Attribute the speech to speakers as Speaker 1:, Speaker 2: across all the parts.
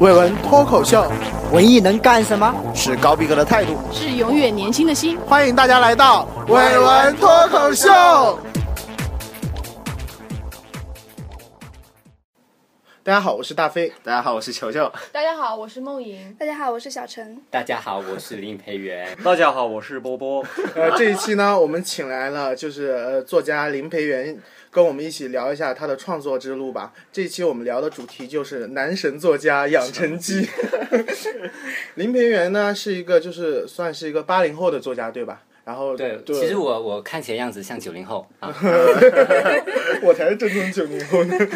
Speaker 1: 伟文脱口秀
Speaker 2: 文艺能干什么？
Speaker 1: 是高逼格的态度，
Speaker 3: 是永远年轻的心。
Speaker 1: 欢迎大家来到伟文脱口秀。大家好，我是大飞。
Speaker 4: 大家好，我是球球。
Speaker 3: 大家好，我是梦莹。
Speaker 5: 大家好，我是小陈。
Speaker 6: 大家好，我是林培元。
Speaker 7: 大家好，我是波波。
Speaker 1: 呃，这一期呢，我们请来了就是呃作家林培元，跟我们一起聊一下他的创作之路吧。这一期我们聊的主题就是男神作家养成 记。林培元呢是一个就是算是一个八零后的作家对吧？然后
Speaker 6: 对，
Speaker 1: 对
Speaker 6: 其实我我看起来样子像九零后 啊，
Speaker 1: 我才是正宗九零后呢。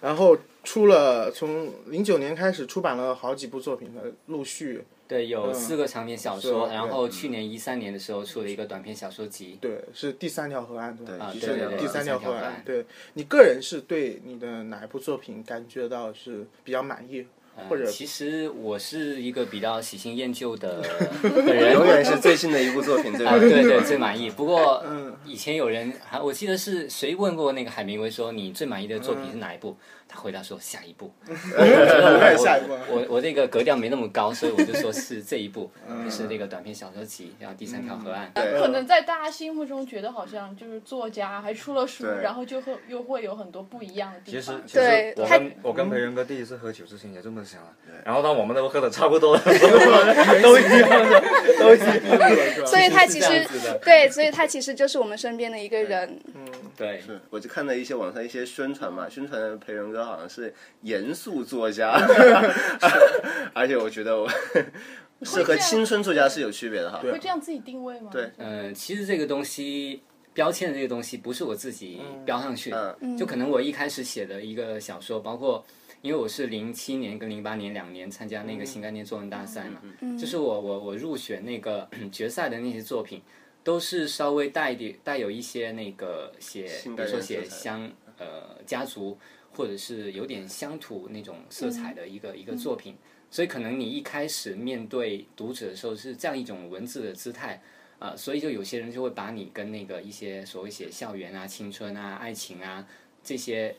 Speaker 1: 然后出了从零九年开始出版了好几部作品的陆续，
Speaker 6: 对，
Speaker 4: 嗯
Speaker 6: 有四个长篇小
Speaker 1: 是
Speaker 4: 啊
Speaker 6: 说，
Speaker 1: 吧
Speaker 6: 然后去年一三年的时候出了一个短篇小说集。
Speaker 1: 对，是第三条河岸对吧？
Speaker 6: 啊
Speaker 1: 第
Speaker 6: 对对
Speaker 1: 三第三
Speaker 6: 对
Speaker 1: 条
Speaker 6: 第三条
Speaker 1: 河
Speaker 6: 河
Speaker 1: 岸
Speaker 6: 岸。
Speaker 1: 对你个人是对你的哪一部作品感觉到是比较满意？或者
Speaker 6: 呃，其实我是一个比较喜新厌旧 的
Speaker 4: 我
Speaker 6: 的人，
Speaker 4: 永远是最嗯新的一部作品， 对吧
Speaker 6: 啊，？对对，最满意。不过以前有人还我记得是谁问过那个海明威说你最满意的作品是哪一部？他回答说下一部。
Speaker 1: 我也下一部啊。
Speaker 6: 我我这个格调没那么高，所以我就说是这一部，
Speaker 4: 嗯
Speaker 6: 就是那个短篇小说集，然后第三条河岸。
Speaker 3: 可能在大家心目中觉得好像就是作家还出了书，
Speaker 4: 对
Speaker 3: 然后就会又会有很多不一样的地
Speaker 7: 其实
Speaker 3: 方，。
Speaker 7: 其实
Speaker 5: 对
Speaker 7: 我
Speaker 5: 他
Speaker 7: 跟我跟培元哥第一次喝酒之前也这么想的，然后当我们都喝的差不多了，
Speaker 5: 所以他其
Speaker 7: 是这
Speaker 5: 实
Speaker 7: 样子的
Speaker 5: 对，所以他其实就是我们身边的一个人。
Speaker 6: 嗯对，
Speaker 4: 是我就看到一些网上一些宣传嘛，宣传裴元哥好像是严肃作家， 而且我觉得我是和青春作家是有区别的哈。
Speaker 3: 会这样自己定位吗？
Speaker 4: 对
Speaker 6: 嗯，其实这个东西。标签的这个东西不是我自己
Speaker 7: 嗯
Speaker 6: 标上去的，就可能我一开始写的一个小说，包括因为我是零七年跟零八年两年参加那个新概念作文大赛嘛，就是我我我入选那个 决赛的那些作品，都是稍微带一点带有一些那个写，
Speaker 4: 新
Speaker 6: 比
Speaker 4: 概
Speaker 6: 如说
Speaker 4: 念
Speaker 6: 写
Speaker 4: 色彩
Speaker 6: 乡呃家族或者是有点乡土那种色彩的一个、一个作品，所以可能你一开始面对读者的时候是这样一种文字的姿态。啊、所以就有些人就会把你跟那个一些所谓写校园啊、青春啊、爱情啊这些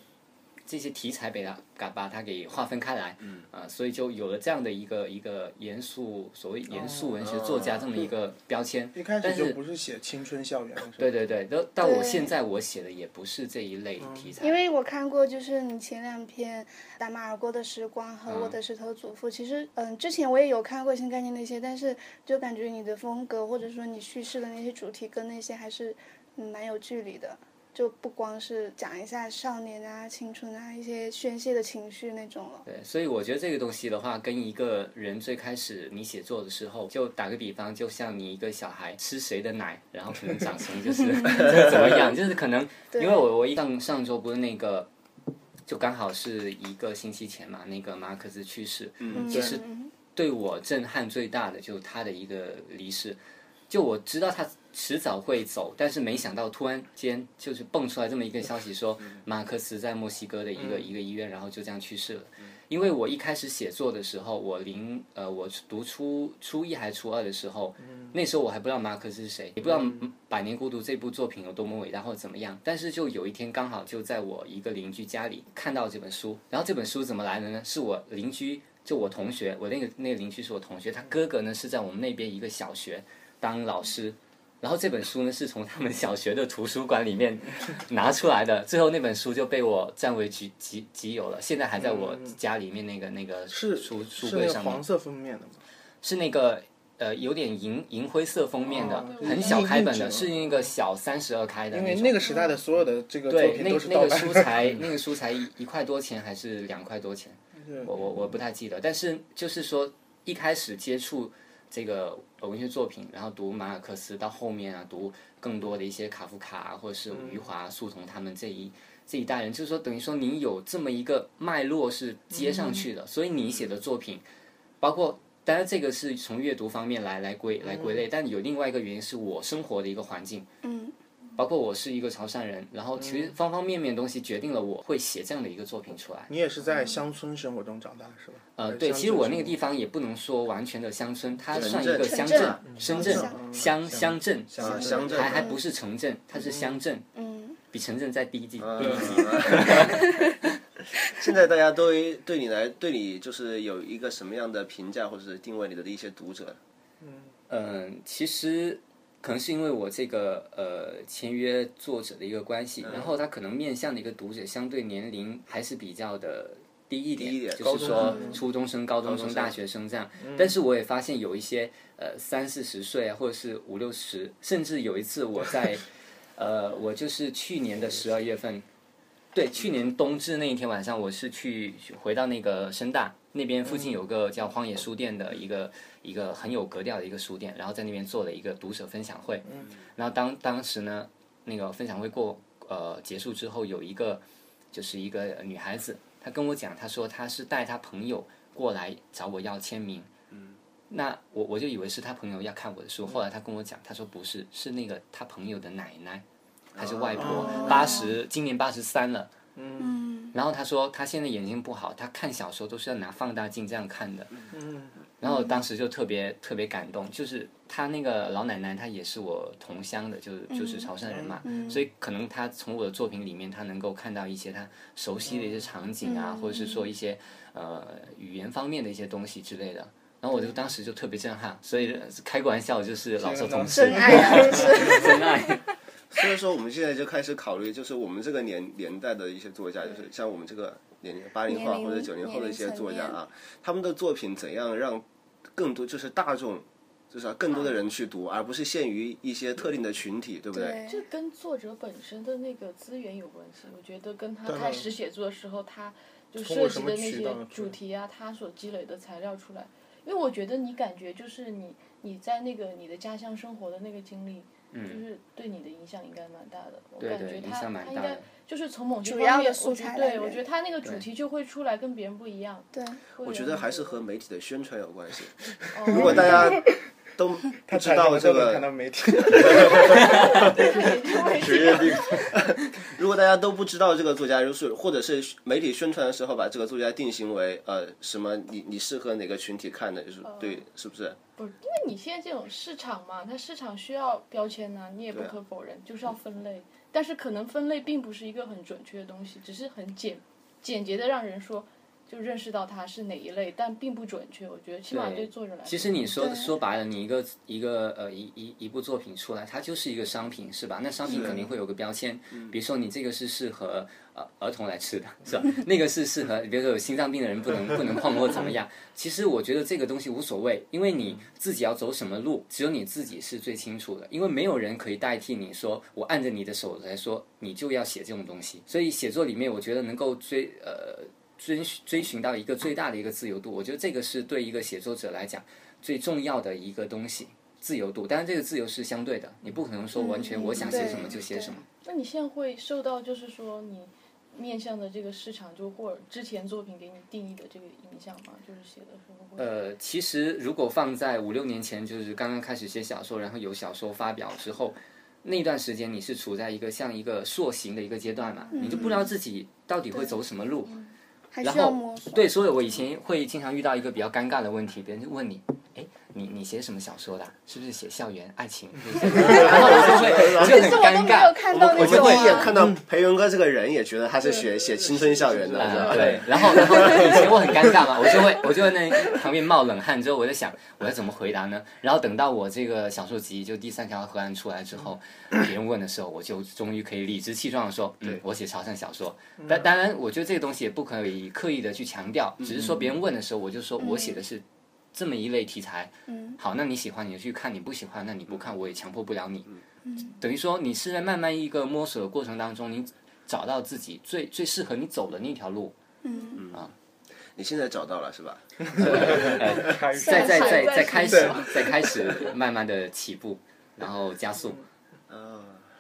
Speaker 6: 这些题材被它把把它给划分开来，嗯啊、所以就有了这样的一个一个严肃所谓严肃文学作家这么一个标签。
Speaker 1: 一开始
Speaker 6: 但
Speaker 1: 就是不是写青春校园的，
Speaker 6: 对对对，都到我
Speaker 5: 对嗯
Speaker 6: 现在我写的也不是这一类题材，
Speaker 5: 因为我看过，就是你前两篇《打马尔过的时光》和《
Speaker 6: 嗯
Speaker 5: 我的石头祖父》，其实嗯，之前我也有看过新概念那些，但是就感觉你的风格或者说你叙事的那些主题跟那些还是嗯蛮有距离的。就不光是讲一下少年啊、青春啊一些宣泄的情绪那种了，
Speaker 6: 对，所以我觉得这个东西的话，跟一个人最开始你写作的时候，就打个比方，就像你一个小孩吃谁的奶，然后可能长成就是 就是怎么样，就是可 能因为我我一上上周不是那个。就刚好是一个星期前嘛，那个马克思去世，
Speaker 4: 嗯
Speaker 6: 其实对我震撼最大的就是他的一个离世。就我知道他迟早会走，但是没想到突然间就是蹦出来这么一个消息说，马克思在墨西哥的一个、一个医院，然后就这样去世了。因为我一开始写作的时候，我零呃我读初初一还初二的时候，那时候我还不知道马克思是谁，也不知道《百年孤独》这部作品有多么伟大或者怎么样。但是就有一天刚好就在我一个邻居家里看到这本书，然后这本书怎么来的呢？是我邻居。就我同学，我那个那个邻居是我同学，他哥哥呢是在我们那边一个小学当老师，然后这本书呢是从他们小学的图书馆里面拿出来的，最后那本书就被我占为己己己有了，现在还在我家里面那个那个
Speaker 1: 是
Speaker 6: 书书
Speaker 1: 是
Speaker 6: 柜
Speaker 1: 那个
Speaker 6: 上面
Speaker 1: 黄，色封面的吗？
Speaker 6: 是那个呃有点银银灰色封面的，
Speaker 1: 哦
Speaker 6: 很小开本
Speaker 1: 硬
Speaker 6: 的，
Speaker 1: 纸
Speaker 6: 是那个小三十二开的
Speaker 1: 因
Speaker 6: 那
Speaker 1: 为
Speaker 6: 种
Speaker 1: 那个时代的所有的这个作
Speaker 6: 对，
Speaker 1: 品
Speaker 6: 那
Speaker 1: 都是
Speaker 6: 那
Speaker 1: 盗
Speaker 6: 个
Speaker 1: 版
Speaker 6: 书才那个书才一一块多钱还是两块多钱，我我我不太记得。但是就是说一开始接触这个文学作品，然后读马尔克斯，到后面啊读更多的一些卡夫卡、啊、或者是余华、苏童他们这一。这一代人就是说，等于说你有这么一个脉络是接
Speaker 1: 嗯
Speaker 6: 上去的，所以你写的作品，包括当然这个是从阅读方面来来归来归类，
Speaker 1: 嗯
Speaker 6: 但有另外一个原因是我生活的一个环境，
Speaker 5: 嗯，
Speaker 6: 包括我是一个潮汕人，然后其实方方面面的东西决定了我会写这样的一个作品出来。
Speaker 1: 你也是在乡村生活中长大是吧？
Speaker 6: 呃，对，其实我那个地方也不能说完全的乡村，它算一个乡
Speaker 4: 城
Speaker 5: 镇
Speaker 6: 镇，深圳
Speaker 5: 嗯
Speaker 6: 乡乡镇，
Speaker 1: 嗯
Speaker 4: 啊乡镇
Speaker 6: 还还不是城镇，它是乡镇，
Speaker 5: 嗯，
Speaker 6: 比城镇再低一级低
Speaker 4: 嗯
Speaker 6: 一级。
Speaker 4: 现在大家都对你来对你就是有一个什么样的评价，或者是定位你的一些读者？
Speaker 6: 嗯，其实可能是因为我这个呃签约作者的一个关系，然后他可能面向的一个读者相对年龄还是比较的低一点，
Speaker 4: 低一点
Speaker 6: 就是
Speaker 4: 高
Speaker 6: 说
Speaker 4: 中生
Speaker 6: 初中生、高中
Speaker 4: 高中
Speaker 6: 生、
Speaker 4: 生
Speaker 6: 大学生这样。但是我也发现有一些呃三四十岁啊，或者是五六十，甚至有一次我在呃我就是去年的十二月份。对，去年冬至那一天晚上，我是去回到那个深大那边附近有个叫荒野书店的一个、一个很有格调的一个书店，然后在那边做了一个读者分享会。然后当当时呢，那个分享会过呃结束之后，有一个就是一个女孩子，她跟我讲，她说她是带她朋友过来找我要签名。那我我就以为是她朋友要看我的书，后来她跟我讲，她说不是，是那个她朋友的奶奶还是外婆，八十、今年八十三了。
Speaker 5: 嗯，
Speaker 6: 然后他说他现在眼睛不好，他看小说都是要拿放大镜这样看的。然后
Speaker 3: 嗯
Speaker 6: 我当时就特别特别感动，就是他那个老奶奶，她也是我同乡的，就是
Speaker 3: 嗯
Speaker 6: 就是潮汕人嘛，所以可能她从我的作品里面，她能够看到一些她熟悉的一些场景啊，
Speaker 3: 嗯
Speaker 6: 或者是说一些呃语言方面的一些东西之类的。然后我就当时就特别震撼，所以开个玩笑就是老说同事
Speaker 5: 真 爱啊，这是。
Speaker 6: 真爱，
Speaker 4: 所以说我们现在就开始考虑，就是我们这个年年代的一些作家，就是像我们这个年龄八零后啊
Speaker 5: 年龄
Speaker 4: 或者九零后的一些作家
Speaker 5: 年龄层
Speaker 4: 啊，他们的作品怎样让更多就是大众，就是啊更多的人去读，而不是限于一些特定的群体，对不对？
Speaker 5: 对
Speaker 3: 这跟作者本身的那个资源有关系，我觉得跟他
Speaker 1: 啊
Speaker 3: 开始写作的时候，他就
Speaker 1: 通过
Speaker 3: 涉
Speaker 1: 什
Speaker 3: 及
Speaker 1: 么
Speaker 3: 的那
Speaker 1: 渠道
Speaker 3: 些
Speaker 1: 出
Speaker 3: 主
Speaker 1: 来
Speaker 3: 题啊，他所积累的材料出来。因为我觉得你感觉就是你你在那个你的家乡生活的那个经历，就是对你的影响应该蛮大的。我
Speaker 6: 嗯对
Speaker 3: 感
Speaker 6: 对，
Speaker 3: 觉
Speaker 6: 影
Speaker 3: 他
Speaker 6: 响
Speaker 3: 他
Speaker 6: 蛮
Speaker 3: 应
Speaker 6: 大
Speaker 3: 该
Speaker 6: 的。
Speaker 3: 就是从某些
Speaker 5: 主
Speaker 3: 方
Speaker 5: 要
Speaker 3: 面，
Speaker 5: 的素
Speaker 3: 我觉
Speaker 5: 材
Speaker 3: 得
Speaker 5: 来
Speaker 3: 对，我
Speaker 5: 源
Speaker 3: 觉得他那个主
Speaker 6: 对
Speaker 3: 题就会出来跟别人不一样。
Speaker 5: 对，
Speaker 4: 我
Speaker 3: 我
Speaker 4: 觉得还是和媒体的宣传有关系。
Speaker 5: 哦
Speaker 3: 如
Speaker 4: 如果大家都不知 道这
Speaker 1: 都能看到
Speaker 4: 个，
Speaker 1: 媒体，
Speaker 3: 职业病，
Speaker 4: 如果大家都不知道这个作家，就是或者是媒体宣传的时候把这个作家定型为呃什么，你你适合哪个群体看的，就是
Speaker 5: 哦
Speaker 4: 对，是不是？
Speaker 3: 不是，因为你现在这种市场嘛，它市场需要标签呐、你也不可否认，就是要分类。但是可能分类并不是一个很准确的东西，只是很简简洁的让人说就认识到它是哪一类，但并不准确。我觉得起码
Speaker 6: 对
Speaker 3: 对作者来说，
Speaker 6: 其实你说
Speaker 5: 对
Speaker 6: 说白了，你一个一个呃一一一部作品出来，它就是一个商品，是吧？那商品肯定会有个标签，比如说你这个是适合呃儿童来吃的，是吧？那个是适合，比如说有心脏病的人不能不能碰或怎么样。其实我觉得这个东西无所谓，因为你自己要走什么路，只有你自己是最清楚的，因为没有人可以代替你说，我按着你的手来说，你就要写这种东西。所以写作里面，我觉得能够追呃。追追寻到一个最大的一个自由度，我觉得这个是对一个写作者来讲最重要的一个东西，自由度。当然，这个自由是相对的，你不可能说完全
Speaker 5: 嗯
Speaker 6: 我想写什么
Speaker 5: 对
Speaker 6: 就写什么。
Speaker 3: 那你现在会受到就是说你面向的这个市场，就或者之前作品给你定义的这个影响吗？就是写的时候会。
Speaker 6: 呃，其实如果放在五六年前，就是刚刚开始写小说，然后有小说发表之后，那段时间你是处在一个像一个塑形的一个阶段嘛，你就不知
Speaker 5: 嗯
Speaker 6: 道自己到底会走什么路。
Speaker 5: 还
Speaker 6: 然
Speaker 5: 需要
Speaker 6: 后
Speaker 5: 摸索。
Speaker 6: 对，所以我以前会经常遇到一个比较尴尬的问题，别人就问你，哎，你你写什么小说的啊？是不是写校园爱情？ 然后我就会我就
Speaker 5: 可是
Speaker 6: 很
Speaker 5: 我都
Speaker 6: 尴
Speaker 5: 没有
Speaker 6: 尬。
Speaker 5: 看到
Speaker 4: 我
Speaker 5: 那
Speaker 4: 们
Speaker 5: 种
Speaker 4: 第一眼
Speaker 5: 啊
Speaker 4: 看。到裴勇哥这个人，也觉得他是写写青春校园的，是吧
Speaker 6: 啊，对，然后然后以前我很尴尬嘛，我就会我就会那旁边冒冷汗，之后我在想我要怎么回答呢？然后等到我这个小说集就第三条河岸出来之后，别人问的时候，我就终于可以理直气壮的说，嗯，我写潮汕小说。但当然，我觉得这个东西也不可以刻意的去强调，只是说别人问的时候，我就说我写的是这么一类题材。
Speaker 5: 嗯，
Speaker 6: 好，那你喜欢你就去看，你不喜欢那你不看，我也强迫不了你。等于说你是在慢慢一个摸索的过程当中，你找到自己最最适合你走的那条路。
Speaker 5: 嗯，
Speaker 4: 你现在找到了是吧？
Speaker 6: 再再再
Speaker 3: 还
Speaker 6: 再开
Speaker 3: 在寻
Speaker 6: 始吧，再开始慢慢的起步，然后加 速。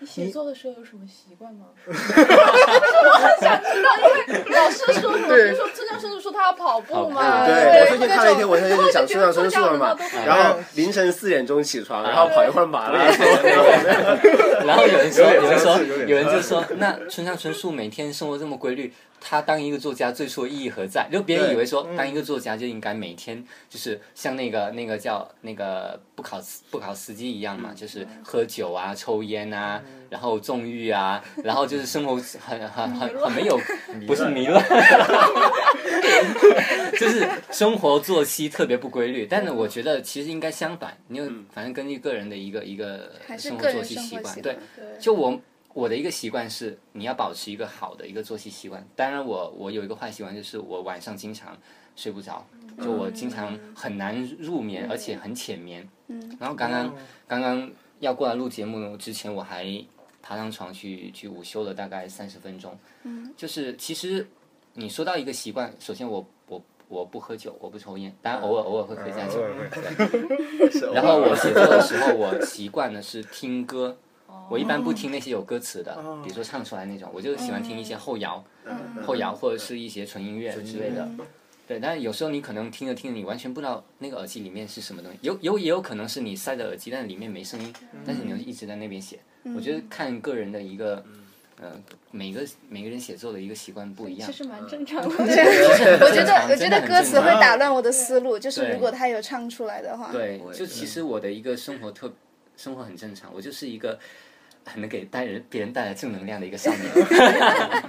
Speaker 3: 你写作的时候有什么习惯吗？不是，我很想知道，因为老师说什么，比如说浙江甚至说他要跑步嘛，
Speaker 6: 跑步
Speaker 4: 对，我
Speaker 3: 那种
Speaker 4: 最近看了一篇文章，就是讲
Speaker 3: 就
Speaker 4: 村
Speaker 3: 觉得
Speaker 4: 上春树的嘛
Speaker 3: 做家务的，
Speaker 4: 然后凌晨四点钟起床，然后跑一会儿马拉松，
Speaker 6: 然后有人说，
Speaker 7: 有点
Speaker 6: 有人
Speaker 7: 相
Speaker 6: 说
Speaker 7: 似有，点
Speaker 6: 有人就说，那村上春树每天生活这么规律，他当一个作家最初的意义何在？就别人以为说当一个作家就应该每天就是像那个那个叫那个不考斯不考斯基一样嘛，就是喝酒啊、抽烟啊，然后纵欲啊，然后就是生活很很很 很没有，不是迷乱，就是生活作息特别不规律。但是我觉得其实应该相反，你有反正根据个人的一个一个
Speaker 5: 还是
Speaker 6: 生
Speaker 5: 个
Speaker 6: 活作
Speaker 5: 人
Speaker 6: 息
Speaker 5: 生
Speaker 6: 习
Speaker 5: 活
Speaker 6: 惯，
Speaker 5: 习
Speaker 6: 对
Speaker 5: 惯，。
Speaker 6: 就我我的一个习惯是，你要保持一个好的一个作息习惯。当然我，我有一个坏习惯，就是我晚上经常睡不着，就我经常很难入眠，而且很浅眠。嗯。然后刚刚、刚刚要过来录节目之前，我还爬上床去去午休了大概三十分钟。嗯。就是其实你说到一个习惯，首先我我我不喝酒，我不抽烟，当然偶尔嗯偶尔会喝一下酒。 然后我写作的时候，我习惯的是听歌，我一
Speaker 5: 哦
Speaker 6: 般不听那些有歌词的，比如说唱出来那种，我就喜欢听一
Speaker 5: 哦
Speaker 6: 些后摇、
Speaker 5: 嗯
Speaker 6: 后摇或者是一些纯音乐之类的。对，但是有时候你可能听着听着，你完全不知道那个耳机里面是什么东西，有有也有可能是你塞着耳机，但是里面没声音，
Speaker 5: 嗯
Speaker 6: 但是你又一直在那边写。我觉得看个人的一个，呃，每个每个人写作的一个习惯不一样
Speaker 3: 其。实蛮正常的。
Speaker 5: 我觉
Speaker 6: 正
Speaker 5: 得
Speaker 6: 常
Speaker 5: 我觉
Speaker 6: 真的
Speaker 5: 得
Speaker 6: 很
Speaker 5: 歌词
Speaker 6: 正
Speaker 5: 会
Speaker 6: 常
Speaker 5: 打乱我的思路，就是
Speaker 6: 对
Speaker 5: 如果他有唱出来的话，
Speaker 6: 对
Speaker 4: 我，也
Speaker 6: 就
Speaker 4: 觉
Speaker 6: 其实我的一个生活特生活很正常，我就是一个很能给带人别人带来正能量的一个少年。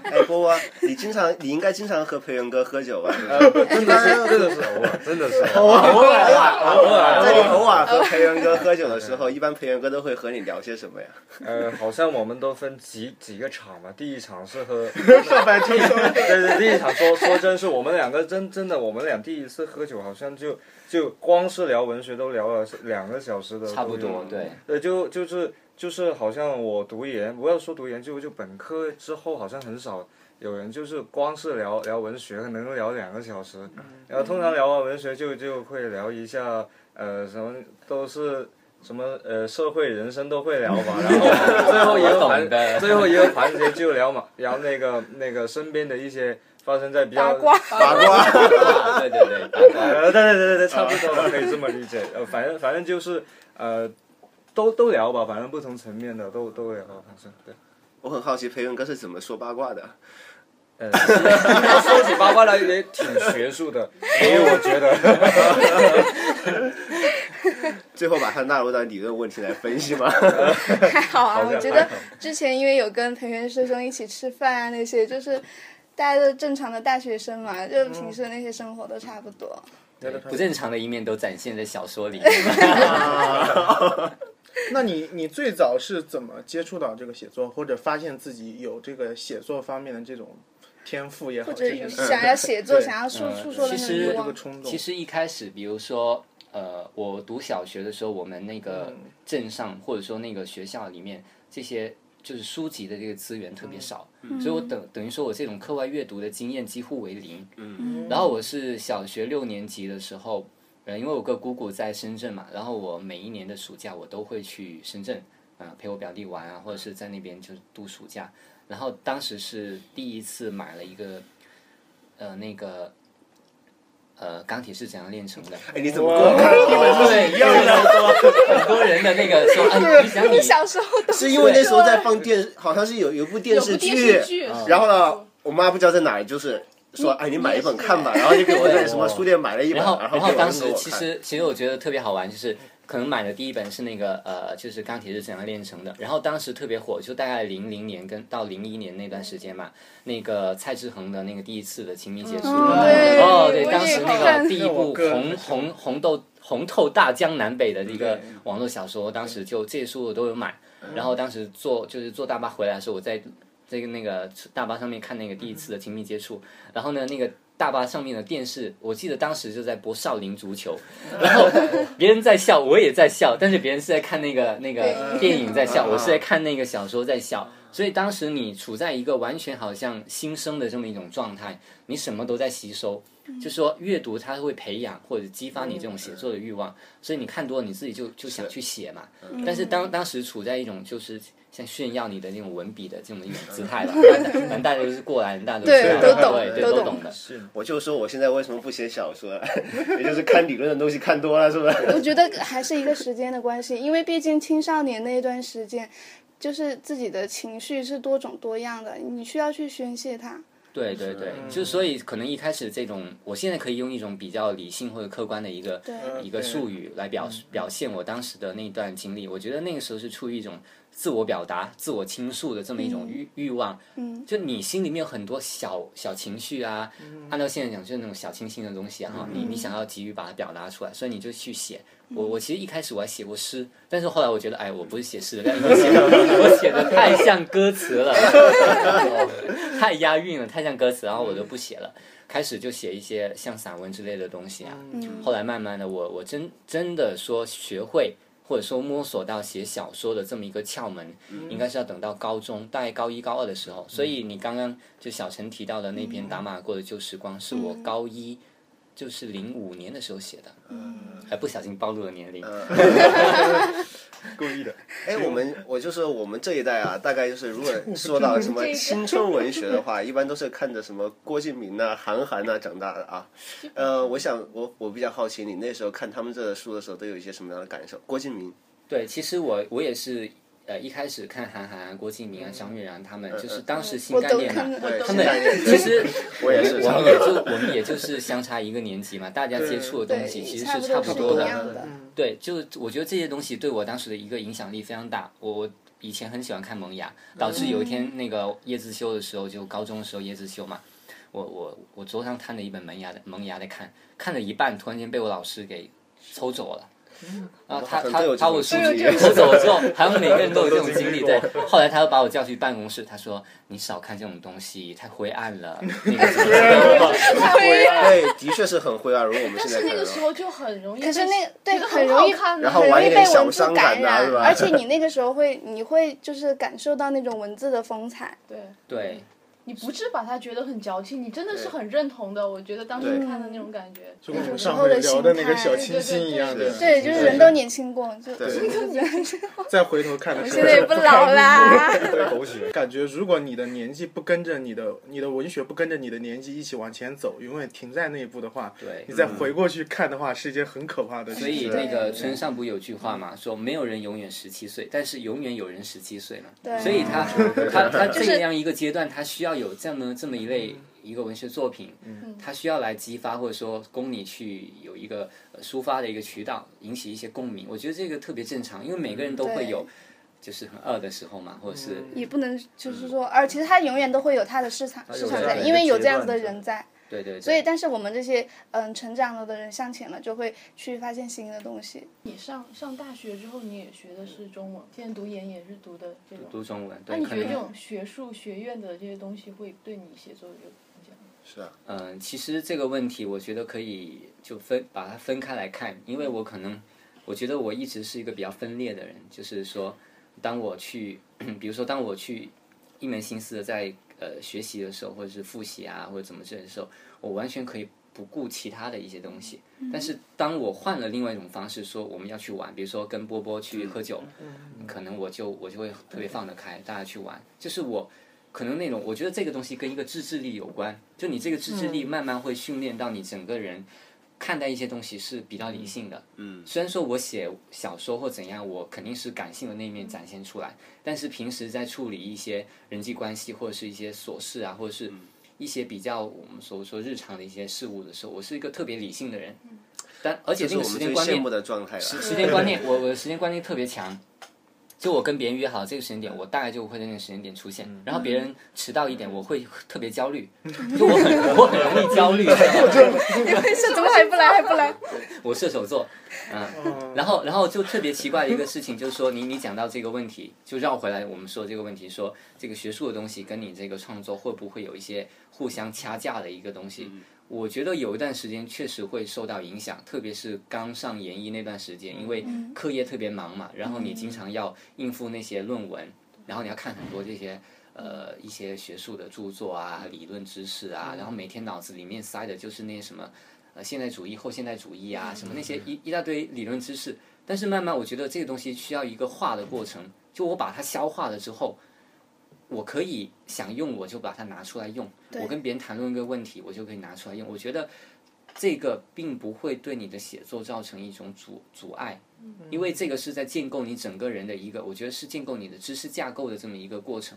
Speaker 4: 哎，波波，你经常你应该经常和培元哥喝酒吧？
Speaker 7: 真的是真的是偶尔，真的是偶尔。
Speaker 4: 偶尔啊，
Speaker 7: 偶尔
Speaker 4: 在你偶尔和培元哥喝酒的时候，一般培元哥都会和你聊些什么呀？
Speaker 7: 呃，好像我们都分几几个场嘛。第一场是喝，
Speaker 1: 上班抽抽。
Speaker 7: 对对，第一场说 说真是我们两个真真的，我们俩第一次喝酒，好像就就光是聊文学都聊了两个小时的，
Speaker 6: 差不
Speaker 4: 嗯
Speaker 6: 多，。对，
Speaker 7: 对，就就是就是好像我读研，不要说读研，就就本科之后好像很少有人就是光是聊聊文学，能聊两个小时。然后通常聊完文学就就会聊一下呃什么都是。什么呃，社会人生都会聊吧，然后最后一个
Speaker 6: 我懂
Speaker 7: 环，
Speaker 6: 的
Speaker 7: 最后一个环节就聊嘛，聊那个那个身边的一些发生在比较
Speaker 5: 八卦。
Speaker 4: 八卦，
Speaker 6: 对对对，八卦
Speaker 7: 呃，对对对对对，差不多吧，可以这么理解。呃，反正反正就是呃，都都聊吧，反正不同层面的都都聊，反正对。
Speaker 4: 我很好奇培元哥是怎么说八卦的。
Speaker 7: 呃，说起八卦来也挺学术的，因为我觉得，
Speaker 4: 最后把它纳入到理论问题来分析吗？
Speaker 5: 还好啊，
Speaker 7: 好像
Speaker 5: 我觉
Speaker 7: 还
Speaker 5: 得之前因为有跟培元师兄一起吃饭啊，那些就是大家都正常的大学生嘛，就平时那些生活都差不多。
Speaker 6: 不正常的一面都展现在小说里面。
Speaker 1: 那你你最早是怎么接触到这个写作，或者发现自己有这个写作方面的这种天赋也好，
Speaker 5: 或者
Speaker 1: 这种
Speaker 5: 想要写作、
Speaker 1: 嗯对嗯
Speaker 5: 想要
Speaker 7: 嗯
Speaker 5: 诉
Speaker 6: 呃
Speaker 5: 诉说的
Speaker 6: 其
Speaker 5: 那种
Speaker 6: 实
Speaker 5: 欲
Speaker 1: 这
Speaker 5: 望
Speaker 1: 个，冲动
Speaker 6: 其？实一开始，比如说，呃，我读小学的时候，我们那个镇上或者说那个学校里面，这些就是书籍的这个资源特别少，
Speaker 5: 嗯
Speaker 6: 所以我等等于说我这种课外阅读的经验几乎为零。嗯，然后我是小学六年级的时候。呃，因为我有个姑姑在深圳嘛，然后我每一年的暑假我都会去深圳，啊、陪我表弟玩啊，或者是在那边就是度暑假。然后当时是第一次买了一个，呃，那个，呃，《钢铁是怎样炼成的》
Speaker 4: 哎，你怎么 跟我看基本上 是一样的？
Speaker 6: 很多人的那个说，啊，你 想你
Speaker 5: 你小时候都
Speaker 4: 是因为那时候在放电视，好像是有有一部电
Speaker 3: 有
Speaker 4: 视
Speaker 3: 部电
Speaker 4: 剧嗯
Speaker 3: 视，剧，
Speaker 4: 然后呢，我妈不知道在哪里，就是说，哎，你买一本看吧，然后就给我在什么书店买了一本，
Speaker 6: 然 后，
Speaker 4: 然
Speaker 6: 然后
Speaker 4: 后给我
Speaker 6: 当
Speaker 4: 给我
Speaker 6: 时
Speaker 4: 看
Speaker 6: 其实其实我觉得特别好玩，就是可能买的第一本是那个呃，就是《钢铁是怎样炼成的》，然后当时特别火，就大概零零年跟到零一年那段时间嘛，那个蔡志恒的那个第一次的亲密接触，
Speaker 5: 嗯对
Speaker 6: 哦对，
Speaker 5: 我
Speaker 6: 当
Speaker 5: 也
Speaker 6: 时那
Speaker 5: 看
Speaker 6: 个第一部
Speaker 1: 我个人
Speaker 6: 红
Speaker 1: 很
Speaker 6: 红红豆红透大江南北的一个网络小说，当时就这些书我都有买，
Speaker 1: 嗯
Speaker 6: 然后当时坐就是坐大巴回来的时候，我在这个那个大巴上面看那个第一次的亲密接触，然后呢那个。大巴上面的电视，我记得当时就在播少林足球，然后别人在笑，我也在笑，但是别人是在看那个那个电影在笑，我是在看那个小说在笑，所以当时你处在一个完全好像新生的这么一种状态，你什么都在吸收，就说阅读它会培养或者激发你这种写作的欲
Speaker 5: 嗯
Speaker 6: 望，所以你看多了你自己就就想去写嘛。但是当当时处在一种就是像炫耀你的那种文笔的这么一种姿态吧， 反正大家都是过来人，大家都是
Speaker 5: 嗯对
Speaker 6: 这样
Speaker 5: 都懂
Speaker 6: 对对
Speaker 5: 都
Speaker 6: 都
Speaker 5: 懂
Speaker 6: 懂的。
Speaker 4: 我就说我现在为什么不写小说， 也就是看理论的东西看多了，是吧？
Speaker 5: 我觉得还是一个时间的关系，因为毕竟青少年那一段时间，就是自己的情绪是多种多样的，你需要去宣泄它。
Speaker 6: 对对对，
Speaker 5: 嗯
Speaker 6: 就所以可能一开始这种，我现在可以用一种比较理性或者客观的一个
Speaker 5: 对嗯
Speaker 6: 一个术语来表表现我当时的那段经历。我觉得那个时候是出于一种自我表达、自我倾诉的这么一种欲欲望。
Speaker 5: 嗯，
Speaker 6: 就你心里面有很多小小情绪啊，按照现在讲就是那种小清新的东西啊，哈你你想要急于把它表达出来，所以你就去写。我我其实一开始我还写过诗，但是后来我觉得，哎，我不是写诗的料，因为我写的 我写的太像歌词了， 太押韵了，太像歌词，然后我就不写了。开始就写一些像散文之类的东西啊，后来慢慢的我我真真的说学会或者说摸索到写小说的这么一个窍门，应该是要等到高中，大概高一高二的时候。所以你刚刚就小陈提到的那篇打马过的旧时光，是我高一，就是零五年的时候写的，还不小心暴露了年龄。
Speaker 7: 故意的。
Speaker 4: 哎，我们我就是我们这一代啊，大概就是如果说到 什么青春文学的话，一般都是看着什么郭敬明呐、韩寒呐、长大的 啊。呃，我想我我比较好奇，你那时候看他们这书的时候，都有一些什么样的感受？郭敬明，
Speaker 6: 对，其实我我也是。呃，一开始看韩寒、郭敬明啊、张悦然他们，就是当时新
Speaker 5: 我
Speaker 6: 概
Speaker 5: 都
Speaker 6: 念嘛
Speaker 5: 看，
Speaker 4: 对，
Speaker 6: 他
Speaker 4: 现
Speaker 6: 们
Speaker 4: 在也
Speaker 6: 其实
Speaker 4: 我也是
Speaker 6: 我
Speaker 4: 差
Speaker 6: 们
Speaker 4: 不
Speaker 6: 也
Speaker 4: 多
Speaker 6: 就我们也就是相差一个年级嘛，大家接触的东西其实
Speaker 5: 差
Speaker 6: 是
Speaker 5: 不
Speaker 6: 差不多
Speaker 5: 是
Speaker 6: 的
Speaker 5: 一。样的。
Speaker 6: 对，就是我觉得这些东西对我当时的一个影响力非常大。我我以前很喜欢看《萌芽》，导致有一天那个夜自修的时候，就高中的时候夜自修嘛，我我我桌上摊了一本《萌芽》的《萌芽》在看，看了一半，突然间被我老师给抽走了。然后他
Speaker 4: 好像
Speaker 6: 他
Speaker 4: 都有这
Speaker 6: 把
Speaker 4: 种
Speaker 6: 我书
Speaker 4: 经
Speaker 6: 籍
Speaker 4: 历
Speaker 6: 抽走之后，好像每个人都有这种经历。 对，后来他又把我叫去办公室，他说：“你少看这种东西，太灰暗了。”那个什么什么什么
Speaker 4: 对，的确是很灰啊暗。如果我们
Speaker 3: 啊但
Speaker 4: 现
Speaker 3: 是
Speaker 4: 在看
Speaker 3: 那
Speaker 4: 的
Speaker 3: 个时候
Speaker 4: 话，
Speaker 3: 就很容易被，
Speaker 5: 可是那个对
Speaker 3: 觉得
Speaker 5: 很容易
Speaker 3: 好看啊
Speaker 4: 然后
Speaker 5: 很容
Speaker 4: 玩一
Speaker 5: 易
Speaker 4: 点
Speaker 5: 被
Speaker 4: 小
Speaker 5: 文字
Speaker 4: 伤
Speaker 5: 感
Speaker 4: 感啊是吧
Speaker 5: 而且你那个时候会，你会就是感受到那种文字的风采。
Speaker 3: 对。
Speaker 6: 对。
Speaker 3: 你不是把它觉得很矫情，你真的是很认同的。我觉得当时
Speaker 4: 对
Speaker 3: 看的那种感觉，
Speaker 1: 就跟我们
Speaker 5: 那种
Speaker 1: 上
Speaker 5: 时候
Speaker 1: 回
Speaker 5: 的
Speaker 1: 聊的那
Speaker 5: 心
Speaker 1: 个小
Speaker 5: 态
Speaker 1: 清新一样的
Speaker 5: 对，
Speaker 4: 对，
Speaker 5: 就是人都年轻过，就
Speaker 1: 再回头看的时
Speaker 5: 现在也
Speaker 1: 候，
Speaker 5: 不老 啦。
Speaker 7: 对狗血。
Speaker 1: 感觉如果你的年纪不跟着你的你的文学不跟着你的年纪一起往前走，永远停在那一步的话，
Speaker 6: 对
Speaker 1: 你再
Speaker 7: 嗯
Speaker 1: 回过去看的话，是一件很可怕的事
Speaker 6: 所以
Speaker 1: 情。
Speaker 6: 那个村上不有句话嘛，说没有人永远十七岁，但是永远有人十七岁嘛。
Speaker 5: 对
Speaker 6: 所以他他他这样一个阶段，他需要有这么这么一类一个文学作品，他需要来激发或者说供你去有一个呃抒发的一个渠道，引起一些共鸣。我觉得这个特别正常，因为每个人都会有。就是很饿的时候嘛，或者是
Speaker 5: 也不能就是说，而其实它永远都会有它的市场市场
Speaker 6: 这
Speaker 5: 在
Speaker 6: 样，的
Speaker 5: 因为
Speaker 7: 一个
Speaker 5: 有
Speaker 7: 阶
Speaker 5: 这样
Speaker 7: 段
Speaker 5: 子的
Speaker 7: 在
Speaker 5: 人在。
Speaker 6: 对对对，
Speaker 5: 所以，但是我们这些嗯成长了的人向前了，就会去发现新的东西。
Speaker 3: 你上上大学之后，你也学的是中文，现在读研也是读的这种。
Speaker 6: 读中文，
Speaker 3: 那
Speaker 6: 对，
Speaker 3: 你
Speaker 6: 可
Speaker 3: 觉得
Speaker 6: 能
Speaker 3: 这种学术学院的这些东西会对你写作有影响吗？
Speaker 4: 是啊，
Speaker 6: 嗯，其实这个问题，我觉得可以就分把它分开来看，因为我可能我觉得我一直是一个比较分裂的人，就是说，当我去， 比如说当我去一门心思的在呃学习的时候，或者是复习啊，或者怎么这的时候，我完全可以不顾其他的一些东西。但是当我换了另外一种方式，说我们要去玩，比如说跟波波去喝酒，
Speaker 4: 嗯
Speaker 6: 可能我就我就会特别放得开，大家去玩，就是我。可能那种，我觉得这个东西跟一个自制力有关，就你这个自制力
Speaker 4: 嗯
Speaker 6: 慢慢会训练到你整个人看待一些东西是比较理性的。嗯，虽然说我写小说或怎样，我肯定是感性的那一面展现出来，但是平时在处理一些人际关系或者是一些琐事啊，或者
Speaker 4: 嗯
Speaker 6: 是一些比较我们所说日常的一些事物的时候，我是一个特别理性的人。但而且
Speaker 4: 这嗯
Speaker 6: 这个
Speaker 4: 是我
Speaker 6: 时
Speaker 4: 们
Speaker 6: 间
Speaker 4: 最
Speaker 6: 观
Speaker 4: 羡
Speaker 6: 念
Speaker 4: 慕的状态了。啊
Speaker 6: 时间观念，我我的时间观念特别强。就我跟别人约好这个时间点，我大概就会在那个时间点出现。然后别人迟到一点，我会特别焦虑，就我很我很容易焦虑。
Speaker 5: 这怎么还不来还不来？
Speaker 6: 我射手座，嗯，然后然后就特别奇怪的一个事情，就是说你你讲到这个问题，就绕回来我们说这个问题，说这个学术的东西跟你这个创作会不会有一些互相掐架的一个东西？我觉得有一段时间确实会受到影响，特别是刚上研一那段时间，因为课业特别忙嘛，然后你经常要应付那些论文，然后你要看很多这些。呃，一些学术的著作啊，理论知识啊，然后每天脑子里面塞的就是那些什么呃现代主义、后现代主义啊，什么那些一一大堆理论知识。但是慢慢，我觉得这个东西需要一个化的过程，就我把它消化了之后，我可以想用我就把它拿出来用，我跟别人谈论一个问题，我就可以拿出来用。我觉得这个并不会对你的写作造成一种阻阻碍。因为这个是在建构你整个人的一个，我觉得是建构你的知识架构的这么一个过程。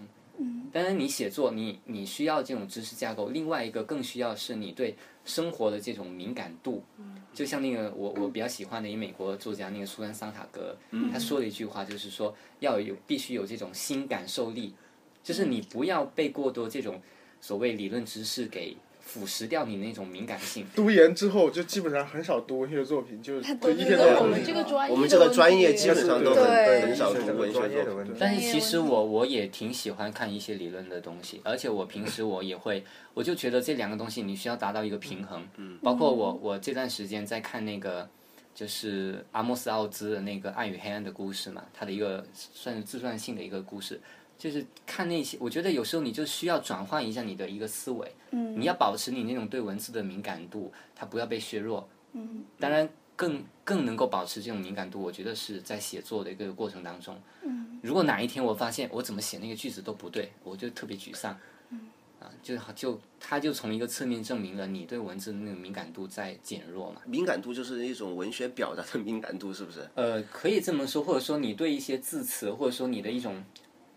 Speaker 6: 当然，你写作你你需要这种知识架构，另外一个更需要是你对生活的这种敏感度。就像那个我我比较喜欢的一美国作家那个苏珊桑塔格，他说了一句话，就是说要有必须有这种新感受力，就是你不要被过多这种所谓理论知识给腐蚀掉你那种敏感性。
Speaker 1: 读研之后就基本上很少读文学作品，就就一
Speaker 3: 因
Speaker 1: 天
Speaker 3: 为
Speaker 1: 都在
Speaker 3: 我
Speaker 1: 读
Speaker 3: 们这个专业，
Speaker 4: 我们这个专业基本上都很
Speaker 5: 对
Speaker 4: 很少
Speaker 7: 这
Speaker 4: 读
Speaker 7: 个
Speaker 4: 文
Speaker 7: 专业
Speaker 4: 学
Speaker 7: 的
Speaker 4: 作
Speaker 7: 问
Speaker 4: 品
Speaker 7: 题。。
Speaker 6: 但是
Speaker 5: 专业
Speaker 6: 其
Speaker 5: 问
Speaker 6: 实
Speaker 5: 题
Speaker 6: 我我也挺喜欢看一些理论的东西，而且我平时我也会，我就觉得这两个东西你需要达到一个平衡。嗯，包括我我这段时间在看那个，就是阿莫斯奥兹的那个《爱与黑暗的故事》嘛，他的一个算是自传性的一个故事，就是看那些，我觉得有时候你就需要转换一下你的一个思维，嗯，你要保持你那种对文字的敏感度，它不要被削弱。嗯，当然更更能够保持这种敏感度，我觉得是在写作的一个过程当中。如果哪一天我发现我怎么写那个句子都不对，我就特别沮丧。啊，就好就他就从一个侧面证明了你对文字的那个敏感度在减弱嘛。
Speaker 4: 敏感度就是一种文学表达的敏感度，是不是？
Speaker 6: 呃，可以这么说，或者说你对一些字词，或者说你的一种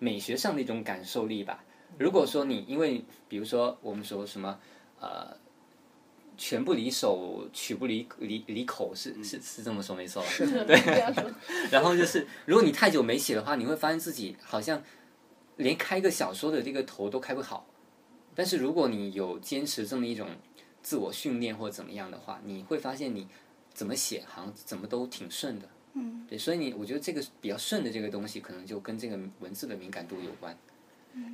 Speaker 6: 美学上的一种感受力吧。如果说你因为比如说我们说什么呃，拳不离手，曲不离离离口，是是是这么说没错吧？
Speaker 3: 对，这样说，
Speaker 6: 然后就是，如果你太久没写的话，你会发现自己好像连开个小说的这个头都开不好。但是如果你有坚持这么一种自我训练或怎么样的话，你会发现你怎么写好像怎么都挺顺的。嗯，对，所以你我觉得这个比较顺的这个东西，可能就跟这个文字的敏感度有关。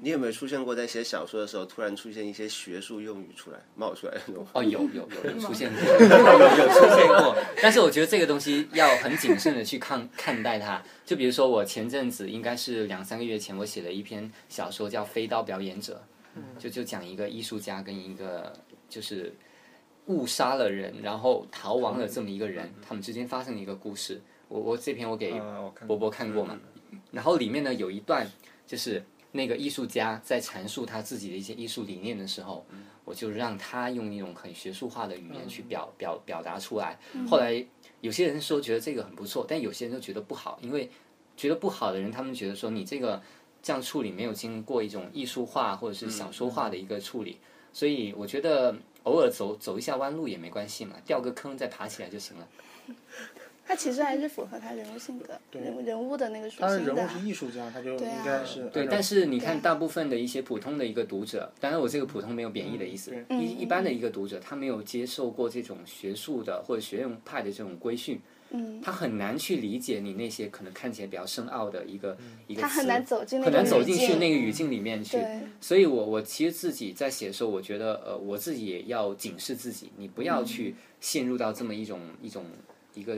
Speaker 4: 你有没有出现过在写小说的时候，突然出现一些学术用语出来冒出来那种？
Speaker 6: 哦，有有有有出现过，有有出现过。但是我觉得这个东西要很谨慎的去看看待它。就比如说，我前阵子应该是两三个月前，我写了一篇小说叫《飞刀表演者》，
Speaker 7: 嗯
Speaker 6: 就就讲一个艺术家跟一个就是误杀了人，然后逃亡了这么一个人，他们之间发生的一个故事。我我这篇我给
Speaker 7: 嗯嗯，我看
Speaker 6: 波波看过嘛。然后里面呢有一段就是那个艺术家在阐述他自己的一些艺术理念的时候，
Speaker 7: 嗯
Speaker 6: 我就让他用一种很学术化的语言去表表表达出来。后来有些人说觉得这个很不错，但有些人就觉得不好，因为觉得不好的人，他们觉得说你这个这样处理没有经过一种艺术化或者是小说化的一个处理，所以我觉得偶尔走走一下弯路也没关系嘛，掉个坑再爬起来就行了。
Speaker 5: 他其实还是符合他人物性格、人物人物的那个属
Speaker 1: 他的
Speaker 5: 性
Speaker 1: 人
Speaker 5: 的
Speaker 1: 物
Speaker 5: 啊。
Speaker 1: 是艺术家，他就
Speaker 5: 对啊
Speaker 1: 应该是
Speaker 6: 对，
Speaker 1: 按照
Speaker 6: 但是你看，大部分的一些普通的一个读者，当然我这个普通没有贬义的意思，一一般的一个读者，他没有接受过这种学术的或者学院派的这种规训，
Speaker 5: 嗯
Speaker 6: 他很难去理解你那些可能看起来比较深奥的一个一个
Speaker 5: 嗯他
Speaker 6: 词，
Speaker 5: 很难走进那
Speaker 6: 很
Speaker 5: 个
Speaker 6: 难走
Speaker 5: 语
Speaker 6: 进
Speaker 5: 境。
Speaker 6: 去那个语境里面去。
Speaker 5: 对，
Speaker 6: 所以我我其实自己在写的时候，我觉得呃，我自己也要警示自己，你不要去陷入到这么一种一种一个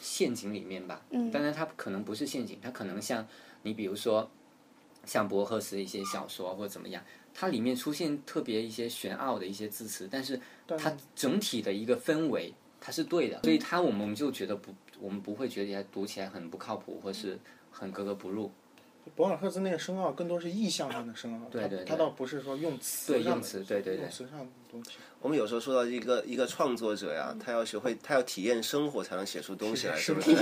Speaker 6: 陷阱里面吧。嗯，当然它可能不是陷阱，它可能像你比如说像博赫斯的一些小说或怎么样，它里面出现特别一些玄奥的一些字词，但是它整体的一个氛围它是对的，所以它我们就觉得不，我们不会觉得它读起来很不靠谱或是很格格不入。
Speaker 1: 博尔赫兹那个深奥，更多是意象上的深奥，对
Speaker 6: 对对
Speaker 1: 他倒不是说用词
Speaker 6: 对
Speaker 1: 上的
Speaker 6: 用词对对对
Speaker 1: 用词上的东西。
Speaker 4: 我们有时候说到一个一个创作者呀，他要学会，他要体验生活才能写出东西来，哎是不是？
Speaker 3: 体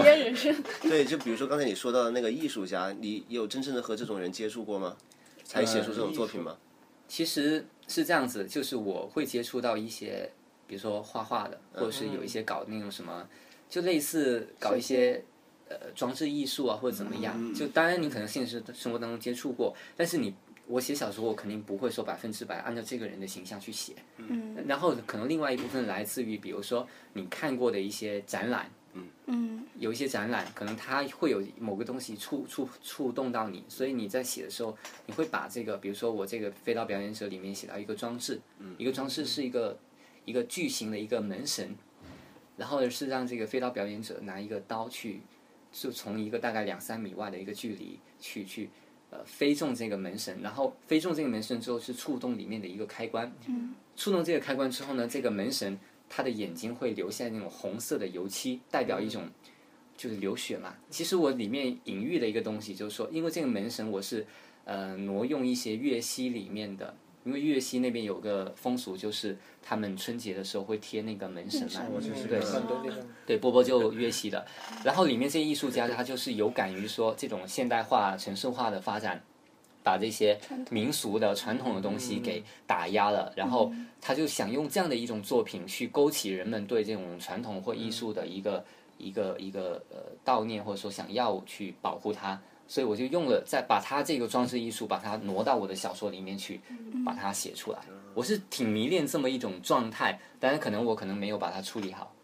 Speaker 3: 验人 生，
Speaker 4: 对，就比如说刚才你说到的那个艺术家，你有真正的和这种人接触过吗？才写出这种作品吗？
Speaker 6: 其实是这样子，就是我会接触到一些，比如说画画的，或者是有一些搞那种什么，就类似搞一些呃装置艺术啊，或者怎么样。就当然你可能现实生活当中接触过，但是你我写小说，我肯定不会说百分之百按照这个人的形象去写。嗯。然后可能另外一部分来自于，比如说你看过的一些展览，
Speaker 5: 嗯，
Speaker 6: 有一些展览，可能它会有某个东西触触触动到你，所以你在写的时候，你会把这个，比如说我这个《飞刀表演者》里面写到一个装置，一个装置是一个一个巨型的一个门神，然后是让这个飞刀表演者拿一个刀去，就从一个大概两三米外的一个距离去去呃飞中这个门神，然后飞中这个门神之后是触动里面的一个开关，触动这个开关之后呢，这个门神他的眼睛会留下那种红色的油漆，代表一种就是流血嘛。其实我里面隐喻的一个东西就是说，因为这个门神我是呃挪用一些粤西里面的。因为粤西那边有个风俗，就是他们春节的时候会贴那个门神嘛，
Speaker 7: 我就是
Speaker 6: 对，
Speaker 1: 很多地方
Speaker 6: 对，波波就乐器的。然后里面这些艺术家，他就是有感于说这种现代化、城市化的发展，把这些民俗的传统的东西给打压了，然后他就想用这样的一种作品去勾起人们对这种传统或艺术的一个一个一个呃悼念，或者说想要去保护它。所以我就用了，再把它这个装置艺术，把它挪到我的小说里面去，把它写出来。我是挺迷恋这么一种状态，当然可能我可能没有把它处理好。